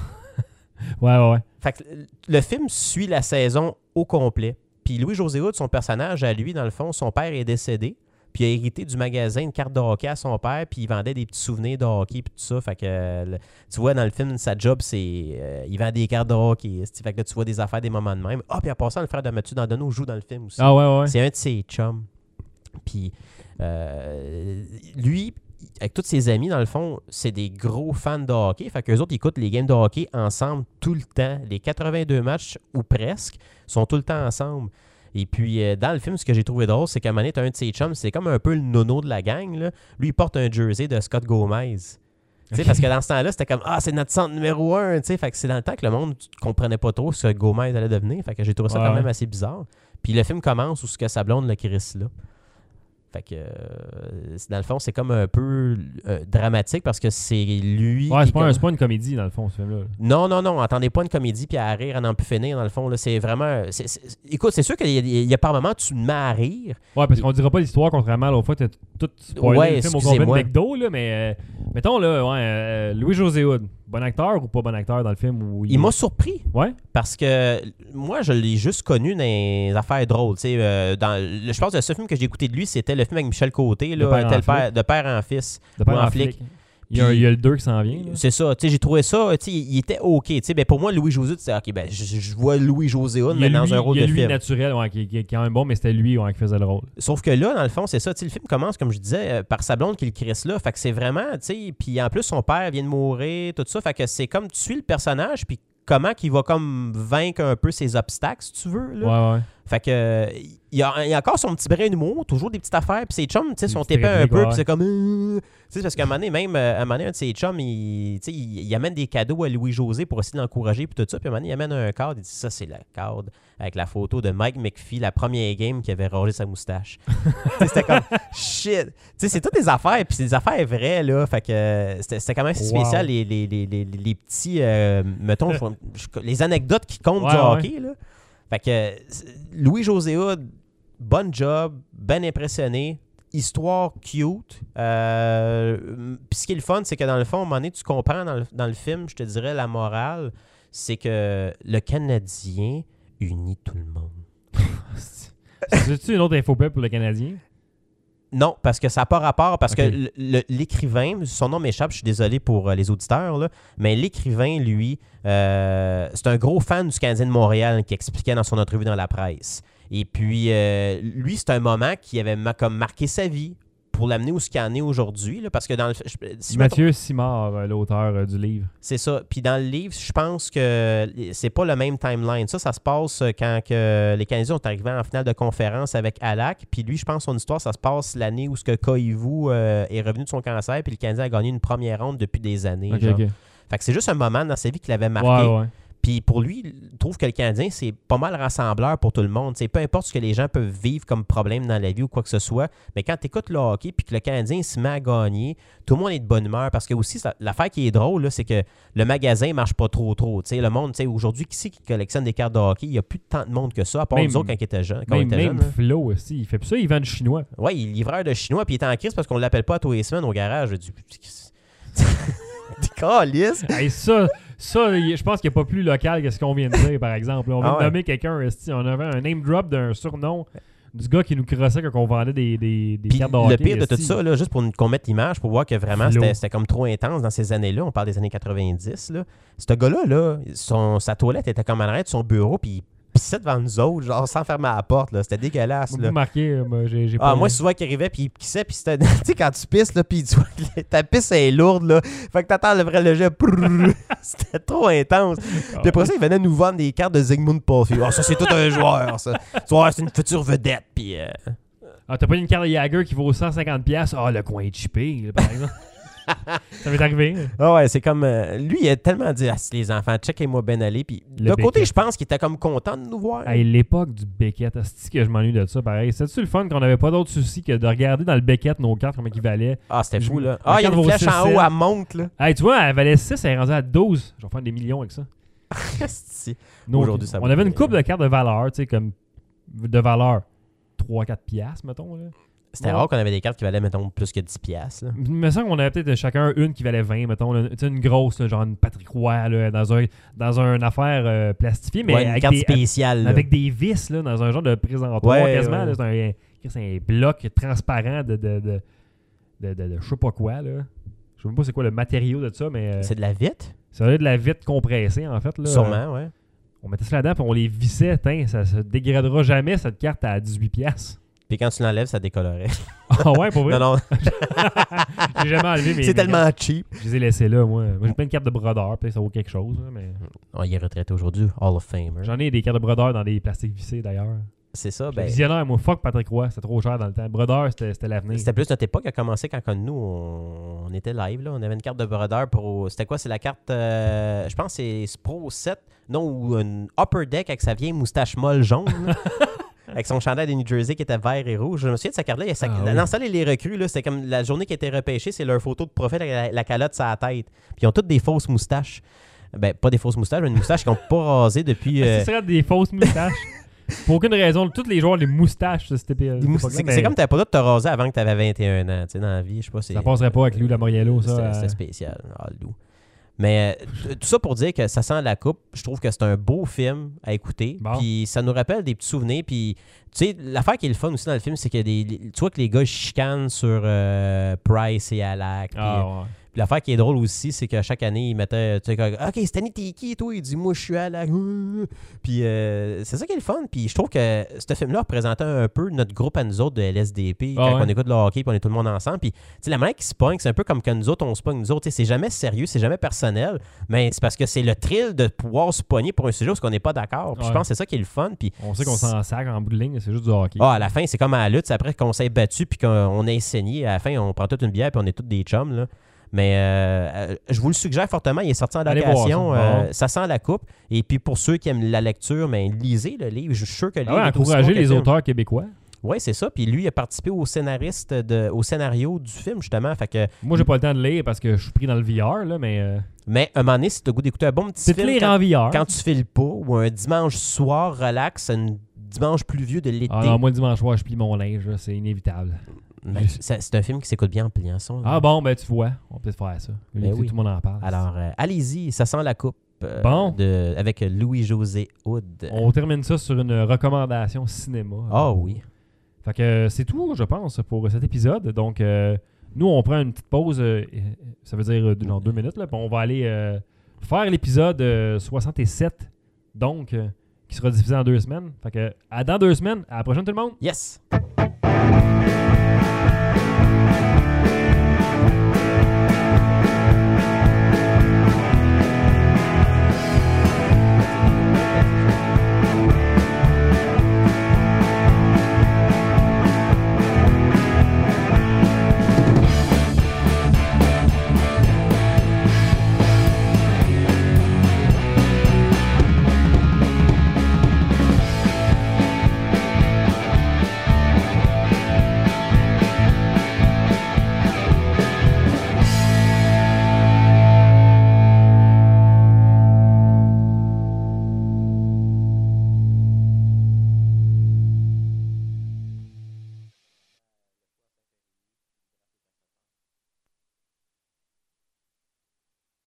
[SPEAKER 4] Ouais, ouais, ouais.
[SPEAKER 5] fait que le film suit la saison au complet. Puis Louis-José Hood, son personnage à lui, dans le fond, son père est décédé. Puis il a hérité du magasin de cartes de hockey à son père, puis il vendait des petits souvenirs de hockey, puis tout ça. Fait que, euh, le- tu vois, dans le film, sa job, c'est. euh, il vend des cartes de hockey. esti. Fait que là, tu vois des affaires, des moments de même. Ah, puis en passant, le frère de Mathieu Dandonneau joue dans le film aussi.
[SPEAKER 4] Ah, ouais, ouais.
[SPEAKER 5] C'est un de ses chums. Puis euh, lui, avec tous ses amis, dans le fond, c'est des gros fans de hockey. Fait qu'eux autres, ils écoutent les games de hockey ensemble tout le temps. Les 82 matchs, ou presque, sont tout le temps ensemble. Et puis, euh, dans le film, ce que j'ai trouvé drôle, c'est qu'à un moment donné, t'as un de ses chums, c'est comme un peu le nono de la gang. Là. Lui, il porte un jersey de Scott Gomez. Tu sais, Parce que dans ce temps-là, c'était comme Ah, c'est notre centre numéro un. tu sais. Fait que c'est dans le temps que le monde comprenait pas trop ce que Gomez allait devenir. Fait que j'ai trouvé ça
[SPEAKER 4] Ouais,
[SPEAKER 5] quand
[SPEAKER 4] ouais.
[SPEAKER 5] même assez bizarre. Puis le film commence où ce que sa blonde le crisse là. Fait que, euh, c'est- dans le fond, c'est comme un peu euh, dramatique parce que c'est lui.
[SPEAKER 4] Ouais,
[SPEAKER 5] qui
[SPEAKER 4] c'est pas, un-
[SPEAKER 5] comme-
[SPEAKER 4] c'est pas une comédie, dans le fond, ce film-là.
[SPEAKER 5] non, non, non, entendez pas une comédie puis à rire à n'en plus finir, dans le fond. là. C'est vraiment. c'est- c'est- Écoute, c'est sûr qu'il y, a- il y a par moments, tu me mets à rire.
[SPEAKER 4] Ouais, parce qu'on dira pas l'histoire, contrairement à l'autre fois, t'as t- tout spoilé
[SPEAKER 5] Ouais,
[SPEAKER 4] le film au
[SPEAKER 5] excusez-moi.
[SPEAKER 4] complet de McDo, là, mais euh, mettons, là, ouais, euh, Louis-José Hood, bon acteur ou pas bon acteur dans le film? Où
[SPEAKER 5] Il m'a surpris
[SPEAKER 4] Ouais?
[SPEAKER 5] parce que moi, je l'ai juste connu dans les affaires drôles. tu sais, euh, dans le- je pense que le seul film que j'ai écouté de lui, c'était le film avec Michel Côté, là,
[SPEAKER 4] De père en
[SPEAKER 5] tel
[SPEAKER 4] flic.
[SPEAKER 5] père- de père en fils.
[SPEAKER 4] De père
[SPEAKER 5] Ouais, en
[SPEAKER 4] en
[SPEAKER 5] flic.
[SPEAKER 4] flic. Il y, a,
[SPEAKER 5] Puis-
[SPEAKER 4] il y a le 2 qui s'en vient. là.
[SPEAKER 5] C'est ça, tu sais, j'ai trouvé ça, tu sais, il était OK. tu sais, ben pour moi, Louis-José, tu sais, OK, ben, je, je vois Louis-José Hood,
[SPEAKER 4] Il y a
[SPEAKER 5] mais dans
[SPEAKER 4] lui-
[SPEAKER 5] un rôle
[SPEAKER 4] il y
[SPEAKER 5] de
[SPEAKER 4] a lui
[SPEAKER 5] film.
[SPEAKER 4] naturel, ouais, qui, qui est quand même bon, mais c'était lui ouais, qui faisait le rôle.
[SPEAKER 5] Sauf que là, dans le fond, c'est ça. tu sais, Le film commence, comme je disais, euh, par sa blonde qui le crisse là. Fait que c'est vraiment, tu sais, puis en plus, son père vient de mourir, tout ça. Fait que c'est comme tu suis le personnage, puis comment qu'il va comme vaincre un peu ses obstacles, si tu veux.
[SPEAKER 4] Ouais,
[SPEAKER 5] Là.
[SPEAKER 4] ouais.
[SPEAKER 5] Fait que euh, il y, a, il y a encore son petit brin d'humour, toujours des petites affaires, puis ses chums, tu sais,
[SPEAKER 4] Des
[SPEAKER 5] sont
[SPEAKER 4] petites
[SPEAKER 5] épais un
[SPEAKER 4] répliques,
[SPEAKER 5] peu,
[SPEAKER 4] ouais.
[SPEAKER 5] puis c'est comme. euh, tu sais, parce qu'à un moment donné, même, euh, à un moment donné, un de ses chums, il, tu sais, il, il amène des cadeaux à Louis-José pour essayer de l'encourager, puis tout ça. Puis à un moment donné, il amène un cadre, il dit ça, c'est le cadre, avec la photo de Mike McPhee, la première game qui avait rangé sa moustache. Tu sais, c'était comme shit. Tu sais, c'est toutes des affaires, puis c'est des affaires vraies, là. Fait que euh, c'était c'était quand même assez spécial,
[SPEAKER 4] Wow.
[SPEAKER 5] les, les, les, les, les petits, euh, mettons, je- je- les anecdotes qui comptent du
[SPEAKER 4] Ouais, ouais.
[SPEAKER 5] hockey, là. Fait que c'est- Louis-José Hood, bon job, ben impressionné, histoire cute. Euh, m- Puis ce qui est le fun, c'est que dans le fond, à un moment donné, tu comprends dans le, dans le film, je te dirais, la morale, c'est que le Canadien unit tout le monde.
[SPEAKER 4] C'est-tu une autre infopub pour le Canadien?
[SPEAKER 5] Non, parce que ça n'a pas rapport, parce
[SPEAKER 4] Ok.
[SPEAKER 5] que le- le- l'écrivain, son nom m'échappe, je suis désolé pour euh, les auditeurs, là, mais l'écrivain, lui, euh, c'est un gros fan du Canadien de Montréal qui expliquait dans son entrevue dans la presse. Et puis, euh, lui, c'est un moment qui avait ma- comme marqué sa vie pour l'amener où ce qu'il en est aujourd'hui, là, parce que dans le... je- si je me
[SPEAKER 4] Mathieu Simard, euh, l'auteur euh, du livre.
[SPEAKER 5] c'est ça. Puis dans le livre, je pense que c'est pas le même timeline. Ça, ça se passe euh, quand que les Canadiens sont arrivés en finale de conférence avec Alak. Puis lui, je pense son histoire, ça se passe l'année où ce que Koivu euh, est revenu de son cancer. Puis le Canadien a gagné une première ronde depuis des années.
[SPEAKER 4] Ok,
[SPEAKER 5] genre.
[SPEAKER 4] ok.
[SPEAKER 5] Fait que c'est juste un moment dans sa vie qu'il avait marqué.
[SPEAKER 4] Ouais, ouais.
[SPEAKER 5] Puis pour lui, il trouve que le Canadien, c'est pas mal rassembleur pour tout le monde. C'est peu importe ce que les gens peuvent vivre comme problème dans la vie ou quoi que ce soit, mais quand tu écoutes le hockey puis que le Canadien se met à gagner, tout le monde est de bonne humeur. Parce que aussi, ça- l'affaire qui est drôle, là, c'est que le magasin marche pas trop trop. Tu sais, le monde, tu sais, aujourd'hui, qui c'est qui collectionne des cartes de hockey? Il n'y a plus tant de monde que ça, à part
[SPEAKER 4] Même-
[SPEAKER 5] nous autres quand on était jeunes. Quand on
[SPEAKER 4] Même,
[SPEAKER 5] était
[SPEAKER 4] même
[SPEAKER 5] jeunes, hein.
[SPEAKER 4] Flo aussi, il fait plus ça, il vend du chinois.
[SPEAKER 5] Ouais, il est livreur de chinois, puis il est en crise parce qu'on l'appelle pas à tous les semaines au garage. Je dis, T'es calisse!
[SPEAKER 4] Hey, ça, ça, il- je pense qu'il n'y a pas plus local que ce qu'on vient de dire, par exemple. On vient
[SPEAKER 5] Ah ouais.
[SPEAKER 4] de nommer quelqu'un, esti, on avait un name drop d'un surnom du gars qui nous crossait quand on vendait des, des, des
[SPEAKER 5] Puis
[SPEAKER 4] cartes de
[SPEAKER 5] le
[SPEAKER 4] hockey.
[SPEAKER 5] pire de tout
[SPEAKER 4] esti.
[SPEAKER 5] ça, là, juste pour nous- qu'on mette l'image, pour voir que vraiment
[SPEAKER 4] Flo.
[SPEAKER 5] c'était c'était comme trop intense dans ces années-là, on parle des années 90, là. ce gars-là, là, son, sa toilette était comme en arrière de son bureau, puis il pissait devant nous autres, genre sans fermer la porte, là. c'était dégueulasse.
[SPEAKER 4] Vous
[SPEAKER 5] Là.
[SPEAKER 4] remarquez, euh, moi, j'ai j'ai
[SPEAKER 5] Ah,
[SPEAKER 4] pas-
[SPEAKER 5] moi, souvent qu'il arrivait, puis il pissait, puis c'était. Tu sais, quand tu pisses, là, puis tu vois que ta pisse elle est lourde, là. Fait que t'attends le vrai lejet. prrrr. c'était trop intense.
[SPEAKER 4] Ah
[SPEAKER 5] Puis après ça, il venait nous vendre des cartes de Zygmunt Paul. Ah, ça, c'est tout un joueur, ça. Tu vois, c'est une future vedette, puis. euh,
[SPEAKER 4] Ah, t'as pas une carte de Jagger qui vaut 150$. piastres? Ah, le coin est chippé, là, par exemple. ça m'est arrivé. là.
[SPEAKER 5] Ah ouais, c'est comme. euh, lui, il a tellement dit Ah, si les enfants, checkez-moi Ben Ali. Puis
[SPEAKER 4] Le
[SPEAKER 5] d'un côté,
[SPEAKER 4] Beckett.
[SPEAKER 5] je pense qu'il était comme content de nous voir.
[SPEAKER 4] Hey, l'époque du Beckett, c'est que je m'ennuie de ça, pareil. C'était-tu le fun qu'on n'avait pas d'autre souci que de regarder dans le Beckett nos cartes, comment ils valaient?
[SPEAKER 5] ah, c'était
[SPEAKER 4] je-
[SPEAKER 5] fou, là.
[SPEAKER 4] la
[SPEAKER 5] Ah, il y a
[SPEAKER 4] carte
[SPEAKER 5] une
[SPEAKER 4] vaut
[SPEAKER 5] flèche en
[SPEAKER 4] 600.
[SPEAKER 5] haut, à monte, là.
[SPEAKER 4] Hey, tu vois, elle valait 6, elle est rendue à 12. Je vais faire des millions avec ça.
[SPEAKER 5] Asti.
[SPEAKER 4] Nos-
[SPEAKER 5] Aujourd'hui, ça
[SPEAKER 4] On
[SPEAKER 5] vaut-
[SPEAKER 4] avait une coupe de cartes de valeur, tu sais, comme de valeur 3-4 piastres, mettons. Là.
[SPEAKER 5] C'était
[SPEAKER 4] Ouais.
[SPEAKER 5] rare qu'on avait des cartes qui valaient, mettons, plus que 10 piastres. là.
[SPEAKER 4] Il me semble qu'on avait peut-être chacun une qui valait 20, mettons. là. Tu sais, une grosse, là, genre une Patrick Roy, là, dans, un, dans une affaire euh, plastifiée, mais
[SPEAKER 5] Ouais, une
[SPEAKER 4] avec,
[SPEAKER 5] carte
[SPEAKER 4] des,
[SPEAKER 5] spéciale. là.
[SPEAKER 4] avec des vis, là, dans un genre de présentoir
[SPEAKER 5] Ouais,
[SPEAKER 4] quasiment.
[SPEAKER 5] ouais.
[SPEAKER 4] là. C'est un- c'est un, bloc transparent de, de, de, de- de- de je sais pas quoi. Là. Je sais même pas c'est quoi le matériau de ça, mais euh,
[SPEAKER 5] C'est de la vite,
[SPEAKER 4] ça a de la vitre compressée, en fait. Là.
[SPEAKER 5] sûrement, ouais.
[SPEAKER 4] On mettait ça là-dedans, puis on les vissait. Tain, ça se dégradera jamais, cette carte à 18$. piastres.
[SPEAKER 5] Puis quand tu l'enlèves, ça décolorait.
[SPEAKER 4] Ah ouais, pour vrai?
[SPEAKER 5] non, non,
[SPEAKER 4] J'ai jamais enlevé mes.
[SPEAKER 5] c'est
[SPEAKER 4] mes
[SPEAKER 5] tellement cheap.
[SPEAKER 4] cartes. Je les ai laissées là, moi. Moi, j'ai plein de cartes de brodeur. Peut-être que ça vaut quelque chose, là, mais.
[SPEAKER 5] Oh, il est retraité aujourd'hui, Hall of Famer.
[SPEAKER 4] J'en ai des cartes de brodeur dans des plastiques vissés, d'ailleurs.
[SPEAKER 5] C'est ça,
[SPEAKER 4] J'étais
[SPEAKER 5] ben.
[SPEAKER 4] Visionnaire, moi. Fuck Patrick Roy. C'était trop cher dans le temps. Brodeur, c'était c'était l'avenir.
[SPEAKER 5] C'était plus notre époque a commencé quand comme nous on, on était live là, on avait une carte de brodeur pour c'était quoi c'est la carte euh, je pense que c'est Pro 7 non ou une upper deck avec sa vieille moustache molle jaune. là. avec son chandail de New Jersey qui était vert et rouge. Je me souviens de sa carte-là. il y a sa-
[SPEAKER 4] Ah,
[SPEAKER 5] dans
[SPEAKER 4] oui.
[SPEAKER 5] l'ensemble, les recrues, là, c'était comme la journée qui était repêchée, c'est leur photo de profil avec la, la calotte sur la tête. Puis ils ont toutes des fausses moustaches. Ben, pas des fausses moustaches, mais une moustache qu'ils n'ont pas rasée depuis. euh,
[SPEAKER 4] Ce Ah, serait des fausses moustaches. Pour aucune raison, tous les joueurs, les moustaches, ça, c'était.
[SPEAKER 5] des mous- C'est c'est comme t'avais pas le droit de te raser avant que t'avais 21 ans, tu sais, dans la vie. Je sais pas si.
[SPEAKER 4] Ça passerait pas avec Lou Lamoriello, ça.
[SPEAKER 5] C'était-
[SPEAKER 4] euh,
[SPEAKER 5] C'était spécial. Ah, Lou. Mais euh, t- tout ça pour dire que ça sent la coupe. Je trouve que c'est un beau film à écouter.
[SPEAKER 4] Bon.
[SPEAKER 5] Puis ça nous rappelle des petits souvenirs. Puis tu sais, l'affaire qui est le fun aussi dans le film, c'est que des, les- tu vois que les gars chicanent sur euh, Price et Alak. Puis, euh,
[SPEAKER 4] Ah, ouais.
[SPEAKER 5] puis l'affaire qui est drôle aussi, c'est que chaque année, ils mettaient. Tu sais, comme, OK, cette année, t'es qui, toi Il dit, moi, je suis Alak. Euh. Puis euh, c'est ça qui est le fun. Puis je trouve que ce film-là représentait un peu notre groupe à nous autres de LSDP.
[SPEAKER 4] Ah
[SPEAKER 5] quand
[SPEAKER 4] ouais.
[SPEAKER 5] on écoute le hockey, puis on est tout le monde ensemble. Puis tu sais, la manière qu'ils se pognent, c'est un peu comme quand nous autres, on se pogne nous autres. Tu sais, C'est jamais sérieux, c'est jamais personnel. Mais c'est parce que c'est le thrill de pouvoir se pogner pour un sujet où on n'est pas d'accord. Puis je
[SPEAKER 4] Ouais.
[SPEAKER 5] pense que c'est ça qui est le fun. Puis
[SPEAKER 4] On sait qu'on s'en sac en bout de ligne, c'est juste du hockey.
[SPEAKER 5] ah, à la fin, c'est comme à la lutte. C'est après qu'on s'est battu puis qu'on a saigné. À la fin, on prend toute une bière puis on est tous des chums. Là. Mais euh, euh, je vous le suggère fortement. Il est sorti en
[SPEAKER 4] Allez voir
[SPEAKER 5] location.
[SPEAKER 4] ça.
[SPEAKER 5] euh,
[SPEAKER 4] Ah.
[SPEAKER 5] ça sent la coupe. Et puis pour ceux qui aiment la lecture, mais lisez le livre. Je suis sûr que le
[SPEAKER 4] Ah ouais,
[SPEAKER 5] livre est aussi bon
[SPEAKER 4] encourager
[SPEAKER 5] que le
[SPEAKER 4] les
[SPEAKER 5] film.
[SPEAKER 4] auteurs québécois.
[SPEAKER 5] Oui, c'est ça. Puis lui, il a participé au scénariste de, au scénario du film, justement. Fait que,
[SPEAKER 4] Moi, j'ai pas le temps de lire parce que je suis pris dans le VR, là, mais. euh,
[SPEAKER 5] mais un moment donné, si tu as le goût d'écouter un bon petit
[SPEAKER 4] C'est de
[SPEAKER 5] film.
[SPEAKER 4] lire
[SPEAKER 5] Quand,
[SPEAKER 4] en VR.
[SPEAKER 5] quand tu files pas, ou un dimanche soir relax, un dimanche pluvieux de l'été.
[SPEAKER 4] Ah non, moi, le dimanche soir, je plie mon linge, là, c'est inévitable.
[SPEAKER 5] Ben, c'est c'est un film qui s'écoute bien en pliant son.
[SPEAKER 4] Ah bon, ben tu vois, on peut peut-être faire ça.
[SPEAKER 5] Ben
[SPEAKER 4] Tout
[SPEAKER 5] oui.
[SPEAKER 4] le monde en parle.
[SPEAKER 5] Alors, euh, allez-y, ça sent la coupe. euh,
[SPEAKER 4] Bon.
[SPEAKER 5] de- avec Louis-José Hood.
[SPEAKER 4] On termine ça sur une recommandation cinéma.
[SPEAKER 5] Ah oui.
[SPEAKER 4] Fait que euh, c'est tout, je pense, pour cet épisode. Donc, euh, nous, on prend une petite pause, euh, euh, ça veut dire euh, genre deux minutes, là, puis on va aller euh, faire l'épisode euh, 67, donc, euh, qui sera diffusé en deux semaines. Fait que, à dans deux semaines, à la prochaine tout le monde!
[SPEAKER 5] Yes!